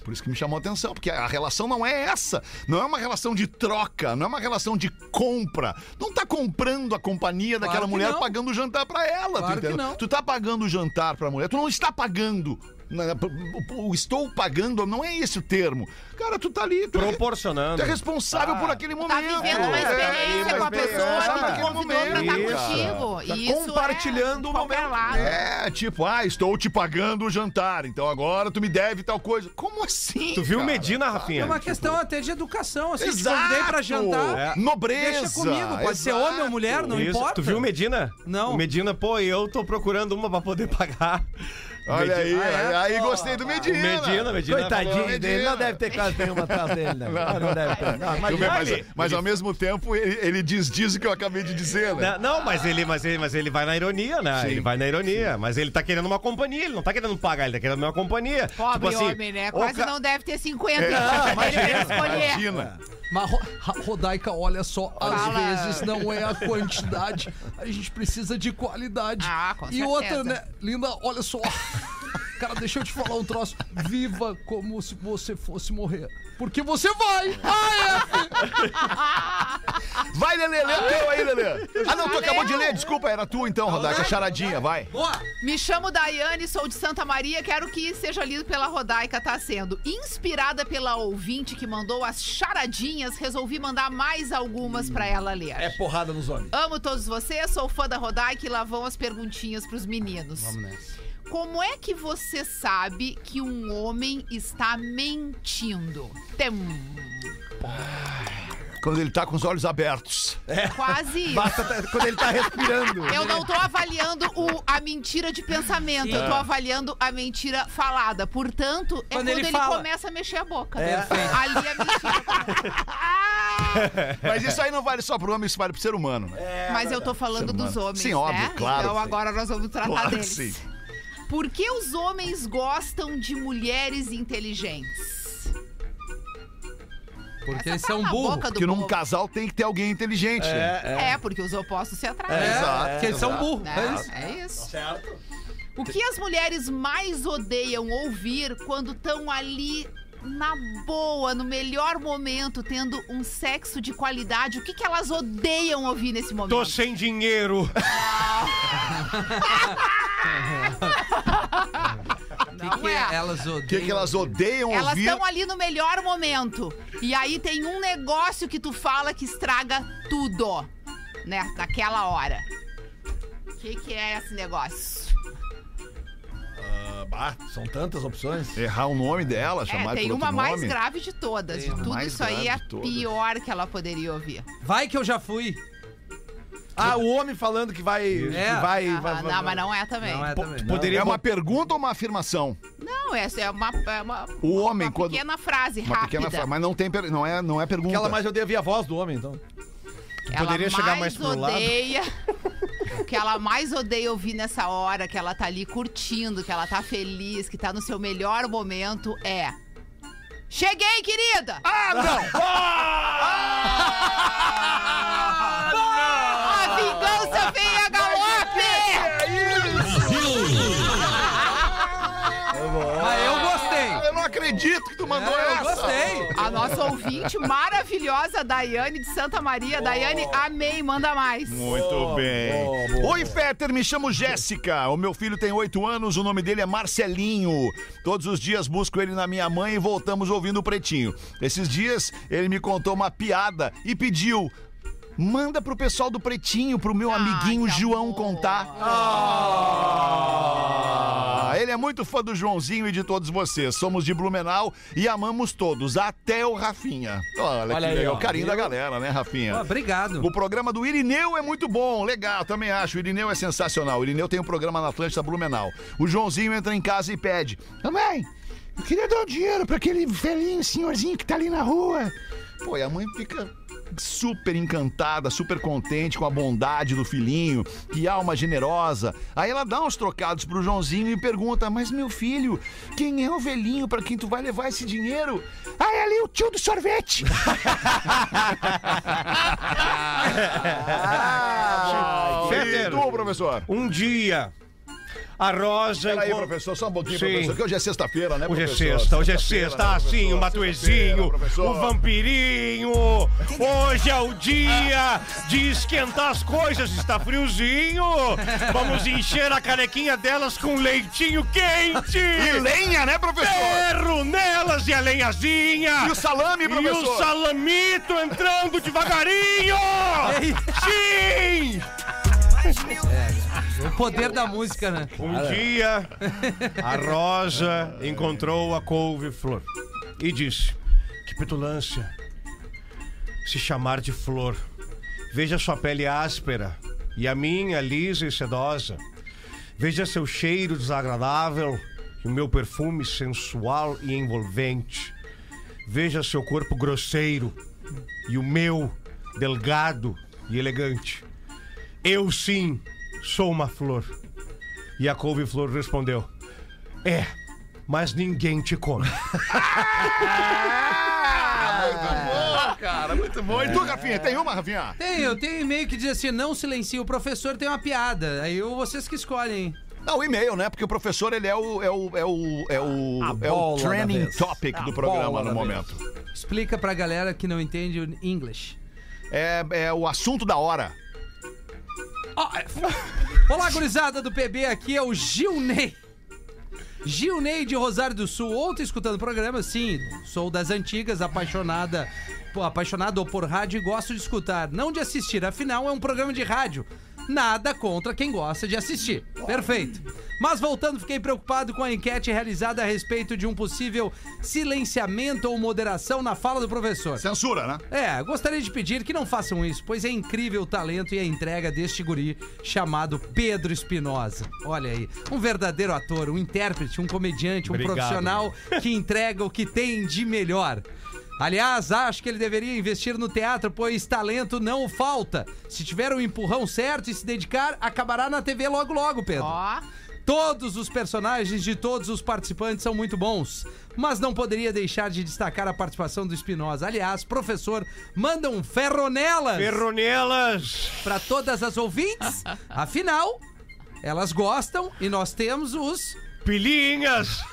Speaker 2: Por isso que me chamou atenção, porque a relação não é essa. Não é uma relação de troca, não é uma relação de compra. Não tá comprando a companhia daquela
Speaker 3: que
Speaker 2: mulher
Speaker 3: não.
Speaker 2: pagando o jantar pra ela,
Speaker 3: Claro
Speaker 2: tu
Speaker 3: que
Speaker 2: entendeu?
Speaker 3: não.
Speaker 2: Tu tá pagando o jantar pra mulher, tu não está pagando. Na- p- p- o Estou pagando, não é esse o termo. Cara, tu tá ali. Tu Tu
Speaker 5: Proporcionando.
Speaker 2: é responsável por aquele momento.
Speaker 4: Tá vivendo uma
Speaker 2: É,
Speaker 4: experiência
Speaker 2: é,
Speaker 4: com a
Speaker 2: uma
Speaker 4: pessoa
Speaker 2: experiência
Speaker 4: que tu
Speaker 2: naquele
Speaker 4: convidou pra estar
Speaker 2: momento.
Speaker 4: contigo.
Speaker 6: Tá
Speaker 4: E isso
Speaker 6: compartilhando
Speaker 4: é
Speaker 6: o
Speaker 4: de qualquer
Speaker 6: momento,
Speaker 4: lado.
Speaker 2: É, tipo, ah, estou te pagando o jantar, então agora tu me deve tal coisa. Como assim?
Speaker 5: Tu viu
Speaker 2: cara?
Speaker 5: Medina, Rafinha?
Speaker 3: É uma questão até de educação, assim, te
Speaker 2: Exato!
Speaker 3: convidei pra jantar.
Speaker 2: É. Nobreza!
Speaker 3: Deixa comigo, pode ser
Speaker 2: Exato!
Speaker 3: homem ou mulher, não
Speaker 5: Isso.
Speaker 3: importa.
Speaker 5: Tu viu Medina?
Speaker 3: Não.
Speaker 5: O Medina, pô, eu tô procurando uma pra poder pagar.
Speaker 2: Olha aí,
Speaker 5: Medina.
Speaker 2: olha aí,
Speaker 3: Pô,
Speaker 2: gostei do
Speaker 5: O
Speaker 2: Medina.
Speaker 5: Medina, Medina.
Speaker 6: Coitadinho
Speaker 2: Medina.
Speaker 6: dele, não deve ter quase nenhuma atrás dele, né? Não, deve ter. Não,
Speaker 2: Tu vê,
Speaker 6: imagina.
Speaker 2: Mas, mas ao mesmo tempo ele, ele diz, diz o que eu acabei de dizer, né?
Speaker 5: Não, Tá, não, mas ele, mas ele, mas ele vai na ironia, né? Ele vai na ironia. Mas ele tá querendo uma companhia, ele não tá querendo pagar, ele tá querendo uma companhia.
Speaker 4: Pobre
Speaker 5: Tipo assim,
Speaker 4: homem, né?
Speaker 5: ô,
Speaker 4: Quase
Speaker 5: ca-
Speaker 4: não deve ter 50.
Speaker 2: É,
Speaker 4: mas ele deve escolher.
Speaker 2: Medina.
Speaker 3: Mas Ro- Ra- Rodaica, olha só, às
Speaker 4: Fala.
Speaker 3: vezes não é a quantidade, a gente precisa de qualidade.
Speaker 4: Ah, com
Speaker 3: e
Speaker 4: certeza.
Speaker 3: outra, né? Linda, olha só. Cara, deixa eu te falar um troço. Viva como se você fosse morrer. Porque você vai! Ah,
Speaker 2: Vai, Lelê, lê o teu aí, Lelê. Ah, não, tu acabou de ler, desculpa, era tu então, Rodaica, charadinha, vai.
Speaker 3: é! Boa!
Speaker 4: Me chamo Daiane, sou de Santa Maria. Quero que seja lido pela Rodaica, tá sendo. Inspirada pela ouvinte que mandou as charadinhas, resolvi mandar mais algumas pra ela ler.
Speaker 6: É porrada nos homens.
Speaker 4: Amo todos vocês, sou fã da Rodaica e lá vão as perguntinhas pros meninos. Como é que você sabe que um homem está mentindo? Tem um,
Speaker 2: Quando ele tá com os olhos abertos.
Speaker 4: quase isso.
Speaker 6: Basta tá- quando ele tá respirando.
Speaker 4: Eu não tô avaliando o- a mentira de pensamento, eu tô avaliando a mentira falada. Portanto, é
Speaker 3: Quando
Speaker 4: quando,
Speaker 3: ele
Speaker 4: ele,
Speaker 3: fala.
Speaker 4: começa a mexer a boca.
Speaker 3: É. Perfeito.
Speaker 4: Ali é mentira.
Speaker 2: Mas isso aí não vale só pro homem, isso vale pro ser humano, né?
Speaker 4: Mas eu tô falando
Speaker 2: Ser humano.
Speaker 4: dos homens,
Speaker 2: Sim,
Speaker 4: né?
Speaker 2: óbvio, claro
Speaker 4: Então
Speaker 2: que sim.
Speaker 4: agora nós vamos tratar
Speaker 2: Claro que
Speaker 4: deles.
Speaker 2: sim.
Speaker 4: Por que os homens gostam de mulheres inteligentes?
Speaker 3: Porque
Speaker 4: Essa
Speaker 3: eles
Speaker 4: tá
Speaker 3: são
Speaker 4: na
Speaker 3: burros.
Speaker 4: boca do
Speaker 2: Porque num
Speaker 4: povo.
Speaker 2: casal tem que ter alguém inteligente. né?
Speaker 4: É, porque os opostos se atraem. né?
Speaker 3: É,
Speaker 2: Exato,
Speaker 3: porque eles são
Speaker 2: exato.
Speaker 3: burros. É isso.
Speaker 4: É, é isso. Certo. O que as mulheres mais odeiam ouvir quando estão ali na boa, no melhor momento, tendo um sexo de qualidade? O que, que elas odeiam ouvir nesse momento?
Speaker 5: Tô sem dinheiro.
Speaker 4: Não é.
Speaker 3: elas odeiam?
Speaker 2: O que, que elas odeiam
Speaker 4: Elas
Speaker 2: ouvir?
Speaker 4: estão ali no melhor momento. E aí tem um negócio que tu fala que estraga tudo, né? Naquela hora. O que, que é esse negócio?
Speaker 6: São tantas opções.
Speaker 2: Errar o nome dela, chamar
Speaker 4: É,
Speaker 2: de
Speaker 4: tem
Speaker 2: outro
Speaker 4: uma mais
Speaker 2: nome.
Speaker 4: grave de todas.
Speaker 2: Tem
Speaker 4: de
Speaker 2: uma
Speaker 4: tudo
Speaker 2: mais
Speaker 4: isso aí
Speaker 2: grave
Speaker 4: é a
Speaker 2: de todas.
Speaker 4: pior que ela poderia ouvir.
Speaker 3: Vai que eu já fui.
Speaker 6: Ah, o homem falando que vai. que
Speaker 3: É.
Speaker 6: vai,
Speaker 4: Ah,
Speaker 6: vai-
Speaker 4: não, mas não é também.
Speaker 3: Não é
Speaker 5: Po-
Speaker 3: também.
Speaker 5: Poderia
Speaker 2: É uma pergunta ou uma afirmação?
Speaker 4: Não, essa é uma, é uma,
Speaker 2: O homem,
Speaker 4: uma
Speaker 2: quando.
Speaker 4: pequena frase
Speaker 2: Uma
Speaker 4: rápida.
Speaker 2: pequena frase, mas não, tem, per- não, é, não é pergunta.
Speaker 6: Aquela mais odeia via voz do homem, então.
Speaker 4: ela
Speaker 5: poderia chegar mais pro lado.
Speaker 4: odeia, O que ela mais odeia ouvir nessa hora, que ela tá ali curtindo, que ela tá feliz, que tá no seu melhor momento, é... Cheguei, querida!
Speaker 2: Ah, não!
Speaker 4: Ah,
Speaker 2: Ah!
Speaker 4: A vingança vem a galope!
Speaker 3: Mas eu gostei.
Speaker 2: Ah, Eu não acredito que tu mandou
Speaker 3: É, eu
Speaker 2: essa!
Speaker 3: gostei.
Speaker 4: A nossa ouvinte maravilhosa, Daiane de Santa Maria. Daiane, amei, manda mais.
Speaker 2: Oh. Muito bem. Oi, Fetter, me chamo Jéssica. O meu filho tem oito anos, o nome dele é Marcelinho. Todos os dias busco ele na minha mãe e voltamos ouvindo o pretinho. Esses dias ele me contou uma piada e pediu. Manda pro pessoal do Pretinho, pro meu
Speaker 4: Ai,
Speaker 2: amiguinho
Speaker 4: que
Speaker 2: João
Speaker 4: amor.
Speaker 2: contar. Ah, ele é muito fã do Joãozinho e de todos vocês. Somos de Blumenau e amamos todos, até o Rafinha. Olha,
Speaker 8: Olha
Speaker 2: que
Speaker 8: aí,
Speaker 2: legal.
Speaker 8: ó.
Speaker 2: Carinho da galera, né, Rafinha?
Speaker 3: Ó, obrigado.
Speaker 2: O programa do Irineu é muito bom, legal, também acho. O Irineu é sensacional. O Irineu tem um programa na Atlântida Blumenau. O Joãozinho entra em casa e pede: Mamãe, eu queria dar um dinheiro para aquele velhinho senhorzinho que tá ali na rua. Pô, e a mãe fica super encantada, super contente com a bondade do filhinho, que alma generosa. Aí ela dá uns trocados pro Joãozinho e pergunta: "Mas meu filho, quem é o velhinho para quem tu vai levar esse dinheiro?" "Ah, é ali o tio do sorvete."
Speaker 6: Ah,
Speaker 5: Fetter.
Speaker 2: E tu, professor?
Speaker 5: Um dia, a Rosa...
Speaker 2: Peraí,
Speaker 5: encon-
Speaker 2: professor, só um pouquinho,
Speaker 5: Sim.
Speaker 2: professor, que hoje é sexta-feira, né,
Speaker 5: Hoje é
Speaker 2: professor?
Speaker 5: sexta, hoje é
Speaker 2: Sexta-feira,
Speaker 5: sexta,
Speaker 2: né,
Speaker 5: assim,
Speaker 2: professor?
Speaker 5: o
Speaker 2: Sexta-feira,
Speaker 5: Matuezinho,
Speaker 2: professor.
Speaker 5: o vampirinho. Hoje é o dia de esquentar as coisas, está friozinho. Vamos encher a canequinha delas com leitinho
Speaker 2: E
Speaker 5: quente.
Speaker 2: lenha, né, professor?
Speaker 5: Ferro nelas e a lenhazinha.
Speaker 2: E o salame,
Speaker 5: É. E o
Speaker 2: professor?
Speaker 5: salamito entrando devagarinho!
Speaker 2: É
Speaker 5: Sim!
Speaker 3: O poder da música, né?
Speaker 5: Um dia, a Rosa encontrou a couve-flor e disse: Que petulância se chamar de flor. Veja sua pele áspera e a minha lisa e sedosa. Veja seu cheiro desagradável e o meu perfume sensual e envolvente. Veja seu corpo grosseiro e o meu delgado e elegante. Eu sim sou uma flor. E a couve-flor respondeu: É, mas ninguém te come.
Speaker 2: Muito bom, cara, muito bom. E tu, Rafinha, tem uma, Rafinha?
Speaker 3: Tem, eu tenho um e-mail que diz assim: não silencie, o professor tem uma piada. Aí eu- vocês que escolhem.
Speaker 2: Não, o e-mail, né? Porque o professor, ele é o, é o, é o, é o,
Speaker 8: A
Speaker 2: é o
Speaker 8: bola da
Speaker 2: trending
Speaker 8: vez.
Speaker 2: topic
Speaker 8: A
Speaker 2: do
Speaker 8: bola
Speaker 2: programa
Speaker 8: da
Speaker 2: no momento.
Speaker 3: Explica pra galera que não entende o inglês.
Speaker 2: É, é o assunto da hora.
Speaker 3: Ó, é- Olá, gurizada do PB, aqui é o Gilney. Gilney de Rosário do Sul, ontem escutando o programa, sim, sou das antigas, apaixonada, pô, apaixonado por rádio e gosto de escutar, não de assistir, afinal é um programa de rádio. Nada contra quem gosta de assistir. Perfeito. Mas voltando, fiquei preocupado com a enquete realizada a respeito de um possível silenciamento ou moderação na fala do professor.
Speaker 2: Censura, né?
Speaker 3: É, gostaria de pedir que não façam isso, pois é incrível o talento e a entrega deste guri chamado Pedro Espinosa. Olha aí, um verdadeiro ator, um intérprete, um comediante, um
Speaker 5: Obrigado.
Speaker 3: profissional que entrega o que tem de melhor. Aliás, acho que ele deveria investir no teatro, pois talento não falta. Se tiver o empurrão certo e se dedicar, acabará na TV logo logo, Pedro.
Speaker 4: Ó,
Speaker 3: Todos os personagens de todos os participantes são muito bons, mas não poderia deixar de destacar a participação do Espinosa. Aliás, professor, manda um ferronelas
Speaker 5: Ferronelas!
Speaker 3: para todas as ouvintes. Afinal, elas gostam e nós temos os.
Speaker 5: Pilinhas!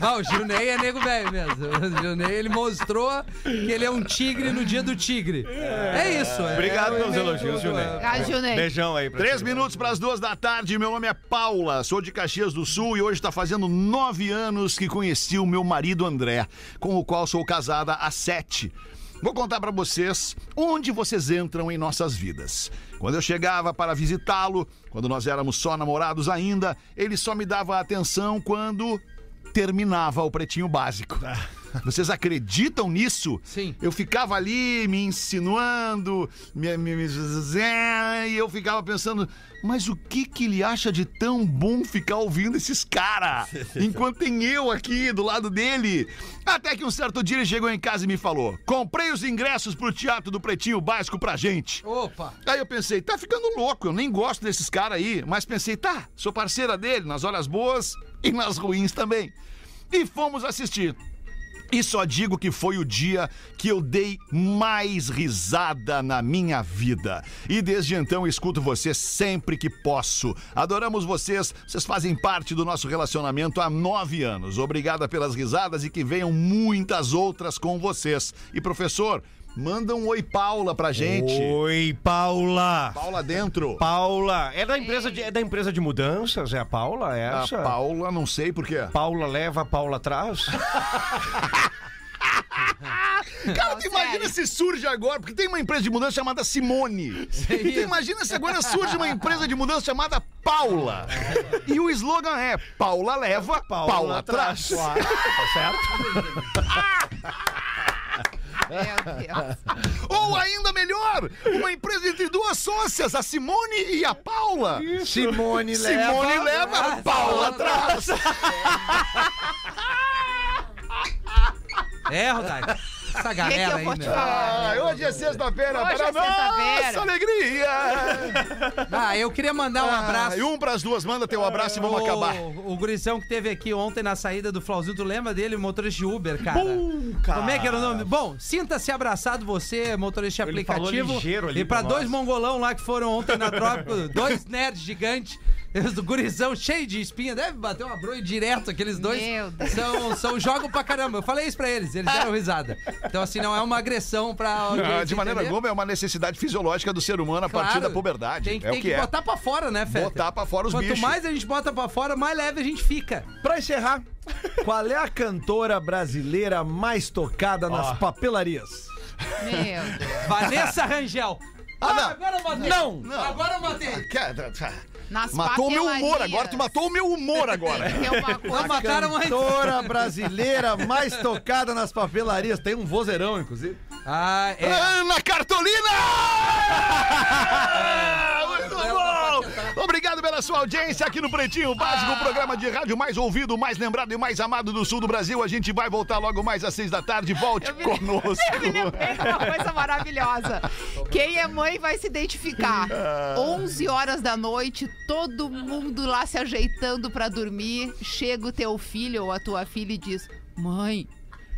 Speaker 3: Bom, o Gilney é nego velho mesmo. O Gilney ele mostrou que ele é um tigre no dia do tigre. É isso. é- é o
Speaker 5: Obrigado pelos
Speaker 3: e-mail
Speaker 5: elogios,
Speaker 3: do-
Speaker 5: Gilney.
Speaker 4: ah, Junei.
Speaker 5: Beijão aí pra
Speaker 2: Três
Speaker 5: ti.
Speaker 2: minutos para as duas da tarde, meu nome é Paula, sou de Caxias do Sul e hoje está fazendo nove anos que conheci o meu marido André, com o qual sou casada há sete. Vou contar para vocês onde vocês entram em nossas vidas. Quando eu chegava para visitá-lo, quando nós éramos só namorados ainda, ele só me dava atenção quando terminava o pretinho básico. Vocês acreditam nisso?
Speaker 3: Sim.
Speaker 2: Eu ficava ali me insinuando, me, me- me- zé, e eu ficava pensando, mas o que que ele acha de tão bom ficar ouvindo esses caras? Enquanto tem eu aqui do lado dele. Até que um certo dia ele chegou em casa e me falou: comprei os ingressos pro teatro do Pretinho Básico pra gente.
Speaker 3: Opa!
Speaker 2: Aí eu pensei, tá ficando louco, eu nem gosto desses caras aí. Mas pensei, tá, sou parceira dele nas horas boas e nas ruins também. E fomos assistir. E só digo que foi o dia que eu dei mais risada na minha vida. E desde então escuto vocês sempre que posso. Adoramos vocês, vocês fazem parte do nosso relacionamento há nove anos. Obrigada pelas risadas e que venham muitas outras com vocês. E professor, manda um oi Paula pra gente.
Speaker 5: Oi, Paula!
Speaker 2: Paula dentro.
Speaker 5: Paula! É da empresa de, é da empresa de mudanças? É a Paula
Speaker 2: A
Speaker 5: essa?
Speaker 2: Paula, não sei por quê.
Speaker 5: Paula leva, Paula atrás?
Speaker 2: Cara,
Speaker 4: Não,
Speaker 2: tu imagina se
Speaker 4: sério.
Speaker 2: surge agora, porque tem uma empresa de mudança chamada Simone. Tu imagina se agora surge uma empresa de mudança chamada Paula. E o slogan é: Paula leva, Paula, traz.
Speaker 5: Tá
Speaker 4: é, Meu Deus.
Speaker 2: Ou ainda melhor, uma empresa entre duas sócias, a Simone e a Paula.
Speaker 6: Simone
Speaker 2: Simone leva,
Speaker 3: Ah,
Speaker 2: Paula
Speaker 3: Paula
Speaker 2: atrás.
Speaker 3: É, Rodaica. Essa
Speaker 4: O que, que
Speaker 3: galera
Speaker 4: eu vou
Speaker 3: aí,
Speaker 4: te
Speaker 3: meu.
Speaker 4: falar?
Speaker 2: Ah, hoje é sexta-feira,
Speaker 4: Hoje
Speaker 2: para
Speaker 4: é sexta-feira.
Speaker 2: nossa alegria.
Speaker 3: Ah, eu queria mandar um
Speaker 2: Ah,
Speaker 3: abraço.
Speaker 2: e um pras duas, manda teu abraço e vamos
Speaker 3: o,
Speaker 2: acabar.
Speaker 3: O gurizão que teve aqui ontem na saída do Flauzinho, tu lembra dele, o motorista de Uber, cara? Como é que era o nome? Bom, sinta-se abraçado você, motorista de
Speaker 5: Ele falou
Speaker 3: aplicativo.
Speaker 5: ligeiro ali
Speaker 3: e pra
Speaker 5: pra
Speaker 3: dois
Speaker 5: nós.
Speaker 3: mongolão lá que foram ontem na tropa, dois nerds gigantes. O gurizão cheio de espinha, deve bater uma bronha direto, aqueles dois.
Speaker 4: Meu Deus.
Speaker 3: São, são jogam pra caramba. Eu falei isso pra eles, eles deram risada. Então, assim, não é uma agressão pra.
Speaker 2: Ah,
Speaker 3: audiência,
Speaker 2: de maneira
Speaker 3: entendeu?
Speaker 2: alguma, é uma necessidade fisiológica do ser humano a
Speaker 3: Claro,
Speaker 2: partir da puberdade.
Speaker 3: Tem que,
Speaker 2: é
Speaker 3: tem
Speaker 2: o que,
Speaker 3: que
Speaker 2: é.
Speaker 3: botar pra fora, né, Feta?
Speaker 2: Botar pra fora os
Speaker 3: Quanto
Speaker 2: bichos.
Speaker 3: mais a gente bota pra fora, mais leve a gente fica.
Speaker 6: Pra encerrar, qual é a cantora brasileira mais tocada nas papelarias?
Speaker 4: Meu Deus.
Speaker 3: Vanessa Rangel.
Speaker 2: Ah, não. Tá
Speaker 3: Agora eu matei. Não, Agora eu matei.
Speaker 4: Nas
Speaker 2: Matou o meu humor
Speaker 4: papelarias.
Speaker 2: agora, tu matou o meu humor agora.
Speaker 4: Tem que ter É
Speaker 9: É
Speaker 4: uma
Speaker 3: Não
Speaker 4: coisa.
Speaker 3: mataram antes.
Speaker 6: Cantora brasileira mais tocada nas papelarias. Tem um vozeirão, inclusive.
Speaker 3: Ah, é.
Speaker 2: Ana Cartolina! Muito bom! Obrigado pela sua audiência aqui no Pretinho Básico, o programa de rádio mais ouvido, mais lembrado e mais amado do sul do Brasil. A gente vai voltar logo mais às seis da tarde. Volte conosco.
Speaker 4: Eu me lembrei de é uma coisa maravilhosa. Quem é mãe vai se identificar. 11 horas da noite, todo mundo lá se ajeitando pra dormir. Chega o teu filho ou a tua filha e diz: Mãe,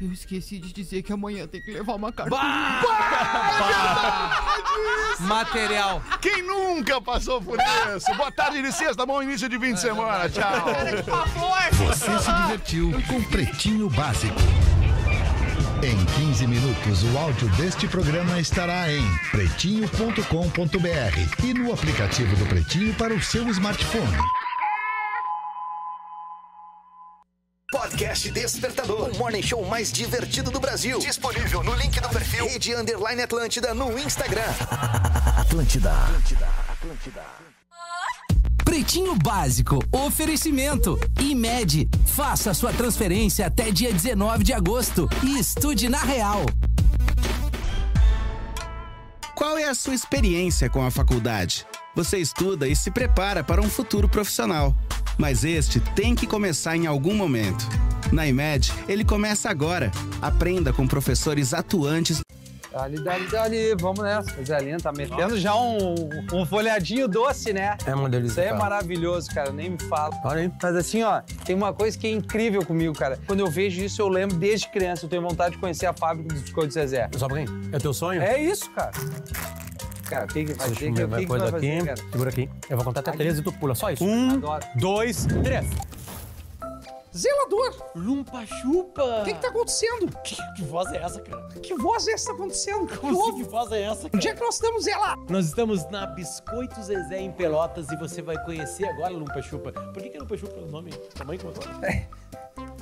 Speaker 4: eu esqueci de dizer que amanhã tem que levar uma carta.
Speaker 3: Material.
Speaker 2: Quem nunca passou por isso? Boa tarde de sexta, bom início de fim de semana. Tchau.
Speaker 4: Cara, por favor.
Speaker 1: Você se divertiu com Pretinho Básico. Em 15 minutos, o áudio deste programa estará em pretinho.com.br e no aplicativo do Pretinho para o seu smartphone.
Speaker 7: Podcast Despertador, o morning show mais divertido do Brasil. Disponível no link do perfil Rede Underline Atlântida no Instagram.
Speaker 8: Pretinho Básico, oferecimento. IMED, faça sua transferência até dia 19 de agosto e estude na Real.
Speaker 10: Qual é a sua experiência com a faculdade? Você estuda e se prepara para um futuro profissional, mas este tem que começar em algum momento. Na IMED, ele começa agora. Aprenda com professores atuantes
Speaker 9: Dali, dali, dali, vamos nessa. Zelinha tá metendo já um, um folhadinho doce, né? É uma delícia. Isso aí é maravilhoso, cara, nem me fala. Olha aí. Mas assim, ó, tem uma coisa que é incrível comigo, cara. Quando eu vejo isso, eu lembro desde criança, eu tenho vontade de conhecer a fábrica dos biscoitos Zezé.
Speaker 8: Só pra quem? É teu sonho?
Speaker 9: É isso, cara. Cara, o que que vai ter? O que, que, que vai fazer, cara?
Speaker 8: Segura aqui. Eu vou contar até três e tu pula. Só isso. Um,
Speaker 9: Adoro.
Speaker 8: dois, três.
Speaker 9: Zelador! Lumpa-chupa! O que, que tá acontecendo?
Speaker 8: Que voz é essa, cara?
Speaker 9: Que voz é essa tá acontecendo? Que ovo?
Speaker 8: voz é essa?
Speaker 9: Onde é que nós estamos, Zelar?
Speaker 8: Nós estamos na Biscoito Zezé em Pelotas e você vai conhecer agora Lumpa Chupa. Por que, que é Lumpa Chupa é o nome? Tamanho como é?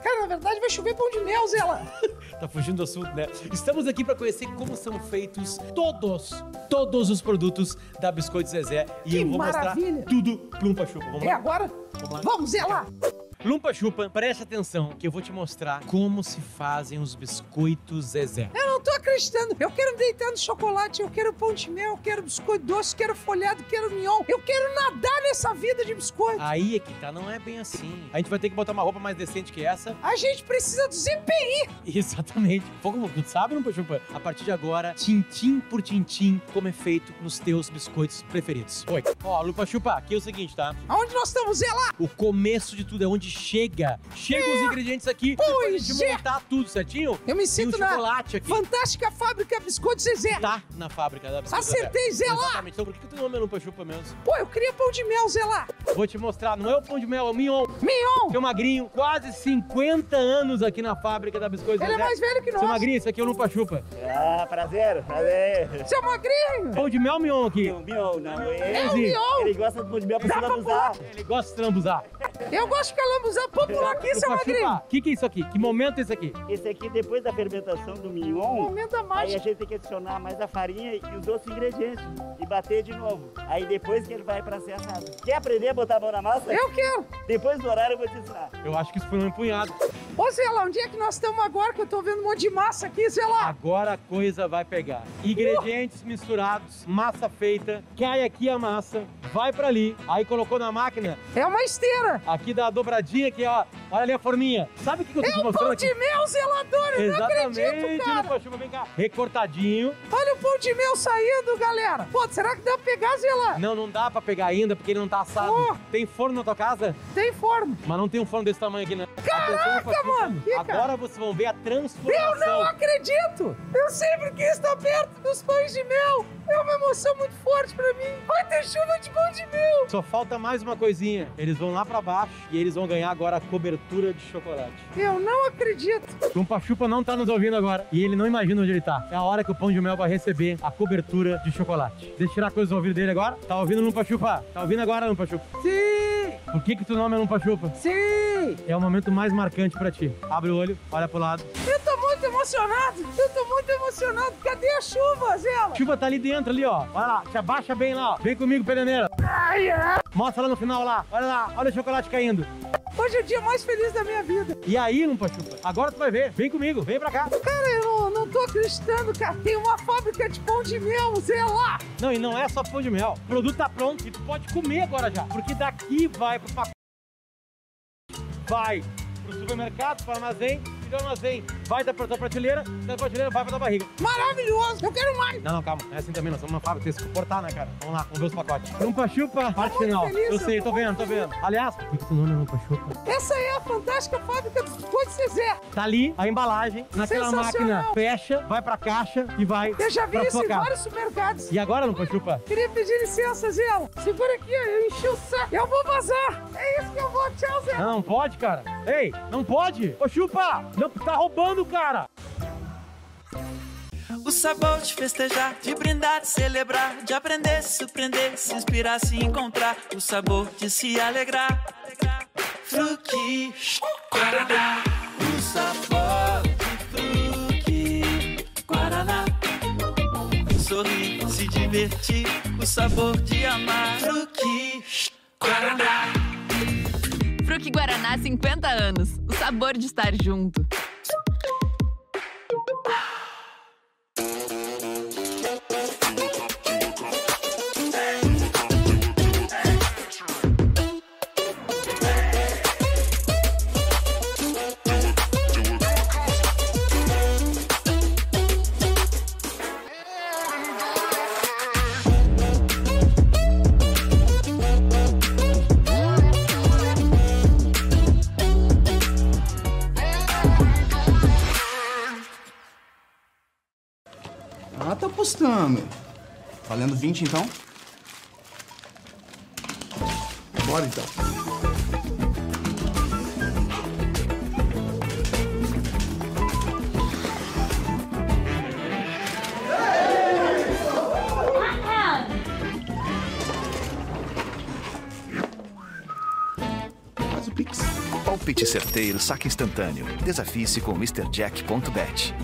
Speaker 9: Cara, na verdade vai chover pão de mel, Zela.
Speaker 8: Tá fugindo do assunto, né? Estamos aqui para conhecer como são feitos todos, todos os produtos da Biscoito Zezé. E
Speaker 9: Que
Speaker 8: eu vou
Speaker 9: maravilha!
Speaker 8: mostrar tudo pro Lumpa Chupa. Vamos
Speaker 9: É
Speaker 8: lá?
Speaker 9: agora? Vamos, Zela!
Speaker 8: Lumpa Chupa, preste atenção que eu vou te mostrar como se fazem os biscoitos Zezé.
Speaker 9: Eu não tô acreditando. Eu quero deitar no chocolate, eu quero pão de mel, eu quero biscoito doce, eu quero folhado, eu quero mignon. Eu quero nadar nessa vida de biscoito.
Speaker 8: Aí é que tá, não é bem assim. A gente vai ter que botar uma roupa mais decente que essa.
Speaker 9: A gente precisa dos empenhos.
Speaker 8: Exatamente. Fogo, tu sabe, Lumpa Chupa? A partir de agora, tintim por tintim, como é feito nos teus biscoitos preferidos. Oi. Ó, Lumpa Chupa, aqui é o seguinte, tá?
Speaker 9: Aonde nós estamos, É Zela?
Speaker 8: O começo de tudo é onde chega. Chega os ingredientes aqui, depois a gente
Speaker 9: é.
Speaker 8: montar tudo certinho.
Speaker 9: Eu me
Speaker 8: Tem o
Speaker 9: sinto na
Speaker 8: chocolate aqui.
Speaker 9: fantástica fábrica Biscoito Zezé.
Speaker 8: Tá na fábrica da Biscoito
Speaker 9: Acertei,
Speaker 8: Zezé.
Speaker 9: Zela!
Speaker 8: Exatamente. Então por que que o teu nome é Lupa Chupa mesmo?
Speaker 9: Pô, eu queria pão de mel, Zela.
Speaker 8: Vou te mostrar, não é o pão de mel, é o Mignon.
Speaker 9: Mignon.
Speaker 8: Seu magrinho, quase 50 anos aqui na fábrica da Biscoito
Speaker 9: Ele é
Speaker 11: né?
Speaker 8: Zezé.
Speaker 9: mais velho que
Speaker 8: Seu
Speaker 9: nós.
Speaker 8: magrinho, isso aqui é o Lupa Chupa.
Speaker 9: Seu magrinho.
Speaker 8: Pão de mel, Mignon aqui.
Speaker 9: É o mignon.
Speaker 8: Ele gosta de trambuzar.
Speaker 9: Eu gosto de calambu usar popular aqui, seu
Speaker 8: Chupa,
Speaker 9: magrinho.
Speaker 8: O que, que é isso aqui? Que momento é esse aqui?
Speaker 12: Esse aqui, depois da fermentação do mignon,
Speaker 9: Aumenta mais.
Speaker 12: aí a gente tem que adicionar mais a farinha e os outros ingredientes e bater de novo. Aí depois que ele vai pra ser assado. Quer aprender a botar a mão na massa?
Speaker 9: Eu quero.
Speaker 12: Depois do horário eu vou te ensinar.
Speaker 8: Eu acho que isso foi um empunhado.
Speaker 9: Ô, Zé lá, onde é que nós estamos agora? Que eu tô vendo um monte de massa aqui, Zé lá.
Speaker 8: Agora a coisa vai pegar. Ingredientes misturados, massa feita, cai aqui a massa, vai pra ali, aí colocou na máquina,
Speaker 9: É uma esteira.
Speaker 8: aqui dá a dobradinha aqui, ó. Olha ali a forminha. Sabe o que, que eu tô te mostrando
Speaker 9: Pão
Speaker 8: aqui?
Speaker 9: de mel, zelador, eu não acredito,
Speaker 8: Exatamente,
Speaker 9: cara.
Speaker 8: meu chupa, vem cá. Recortadinho.
Speaker 9: Olha o pão de mel saindo, galera. Pô, será que dá pra pegar, Zé lá?
Speaker 8: Não, não dá pra pegar ainda porque ele não tá assado.
Speaker 9: Pô.
Speaker 8: Tem forno na tua casa?
Speaker 9: Tem forma.
Speaker 8: Mas não tem um forno desse tamanho aqui, né?
Speaker 9: Caraca, mano, que cara.
Speaker 8: Agora vocês vão ver a transformação.
Speaker 9: Eu não acredito! Eu sempre quis estar perto dos pães de mel. É uma emoção muito forte pra mim. Vai ter chuva de pão de mel.
Speaker 8: Só falta mais uma coisinha. Eles vão lá pra baixo e eles vão ganhar agora a cobertura de chocolate.
Speaker 9: Eu não acredito.
Speaker 8: Chumpa Chupa não tá nos ouvindo agora e ele não imagina onde ele tá. É a hora que o pão de mel vai receber a cobertura de chocolate. Deixa eu tirar a coisa do ouvido dele agora. Tá ouvindo Lumpa Chupa? Tá ouvindo agora, Lumpa Chupa?
Speaker 9: Sim,
Speaker 8: Por que que teu nome é Lumpa Chupa?
Speaker 9: sim.
Speaker 8: É o momento mais marcante pra ti. Abre o olho, olha pro lado.
Speaker 9: Eu tô muito emocionado. Eu tô muito emocionado. Cadê a chuva, Zela?
Speaker 8: Chupa tá ali dentro, ali, ó. Vai lá, te abaixa bem lá, ó. Vem comigo, peneneira.
Speaker 9: é.
Speaker 8: Mostra lá no final, lá. Olha lá, olha o chocolate caindo.
Speaker 9: Hoje é o dia mais feliz da minha vida.
Speaker 8: E aí, Lumpa Chupa? Agora tu vai ver. Vem comigo, vem pra cá.
Speaker 9: Cara, eu não, não tô acreditando, cara. Tem uma fábrica de pão de mel, Zela.
Speaker 8: Não, e não é só pão de mel. O produto tá pronto e tu pode comer agora já. Porque daqui vai pro pacote. Vai pro supermercado, pro armazém. E do armazém vai da pra tua prateleira. e Da prateleira vai pra tua barriga.
Speaker 9: Maravilhoso. Eu quero mais.
Speaker 8: Não, não, calma. Não é assim também, nós somos uma fábrica. Tem que se comportar, né, cara? Vamos lá, vamos ver os pacotes. Lumpa Chupa, parte
Speaker 9: muito
Speaker 8: final.
Speaker 9: feliz,
Speaker 8: Eu
Speaker 9: eu
Speaker 8: sei,
Speaker 9: tô
Speaker 8: tô vendo,
Speaker 9: muito
Speaker 8: tô vendo. Aliás, por que que teu nome é Lumpa Chupa?
Speaker 9: Essa é a fantástica fábrica dos biscoitos Zezé.
Speaker 8: Tá ali a embalagem, naquela
Speaker 9: Sensacional.
Speaker 8: máquina fecha, vai pra caixa e vai
Speaker 9: Eu já vi
Speaker 8: pra
Speaker 9: isso
Speaker 8: sua
Speaker 9: em
Speaker 8: casa.
Speaker 9: vários supermercados.
Speaker 8: E agora, Lupa Chupa?
Speaker 9: Queria pedir licença, Zela. Segura aqui, ó. eu enchi o saco. Eu vou vazar. É isso que eu vou. Tchau, Zé.
Speaker 8: Não, não pode, cara. Ei, não pode. Ô, Chupa, não, tá roubando, cara.
Speaker 13: O sabor de festejar, de brindar, de celebrar, de aprender, se surpreender, se inspirar, se encontrar. O sabor de se alegrar. Fruque, Guaraná. O sabor de fruque, Guaraná. Sorrir, se divertir, o sabor de amar. Fruque, Guaraná.
Speaker 11: Fruque Guaraná 50 anos. O sabor de estar junto.
Speaker 7: Ah, tá postando. Valendo 20 então? Bora então.
Speaker 2: Faz o Pix.
Speaker 7: Palpite certeiro, saque instantâneo. Desafie-se com MrJack.bet.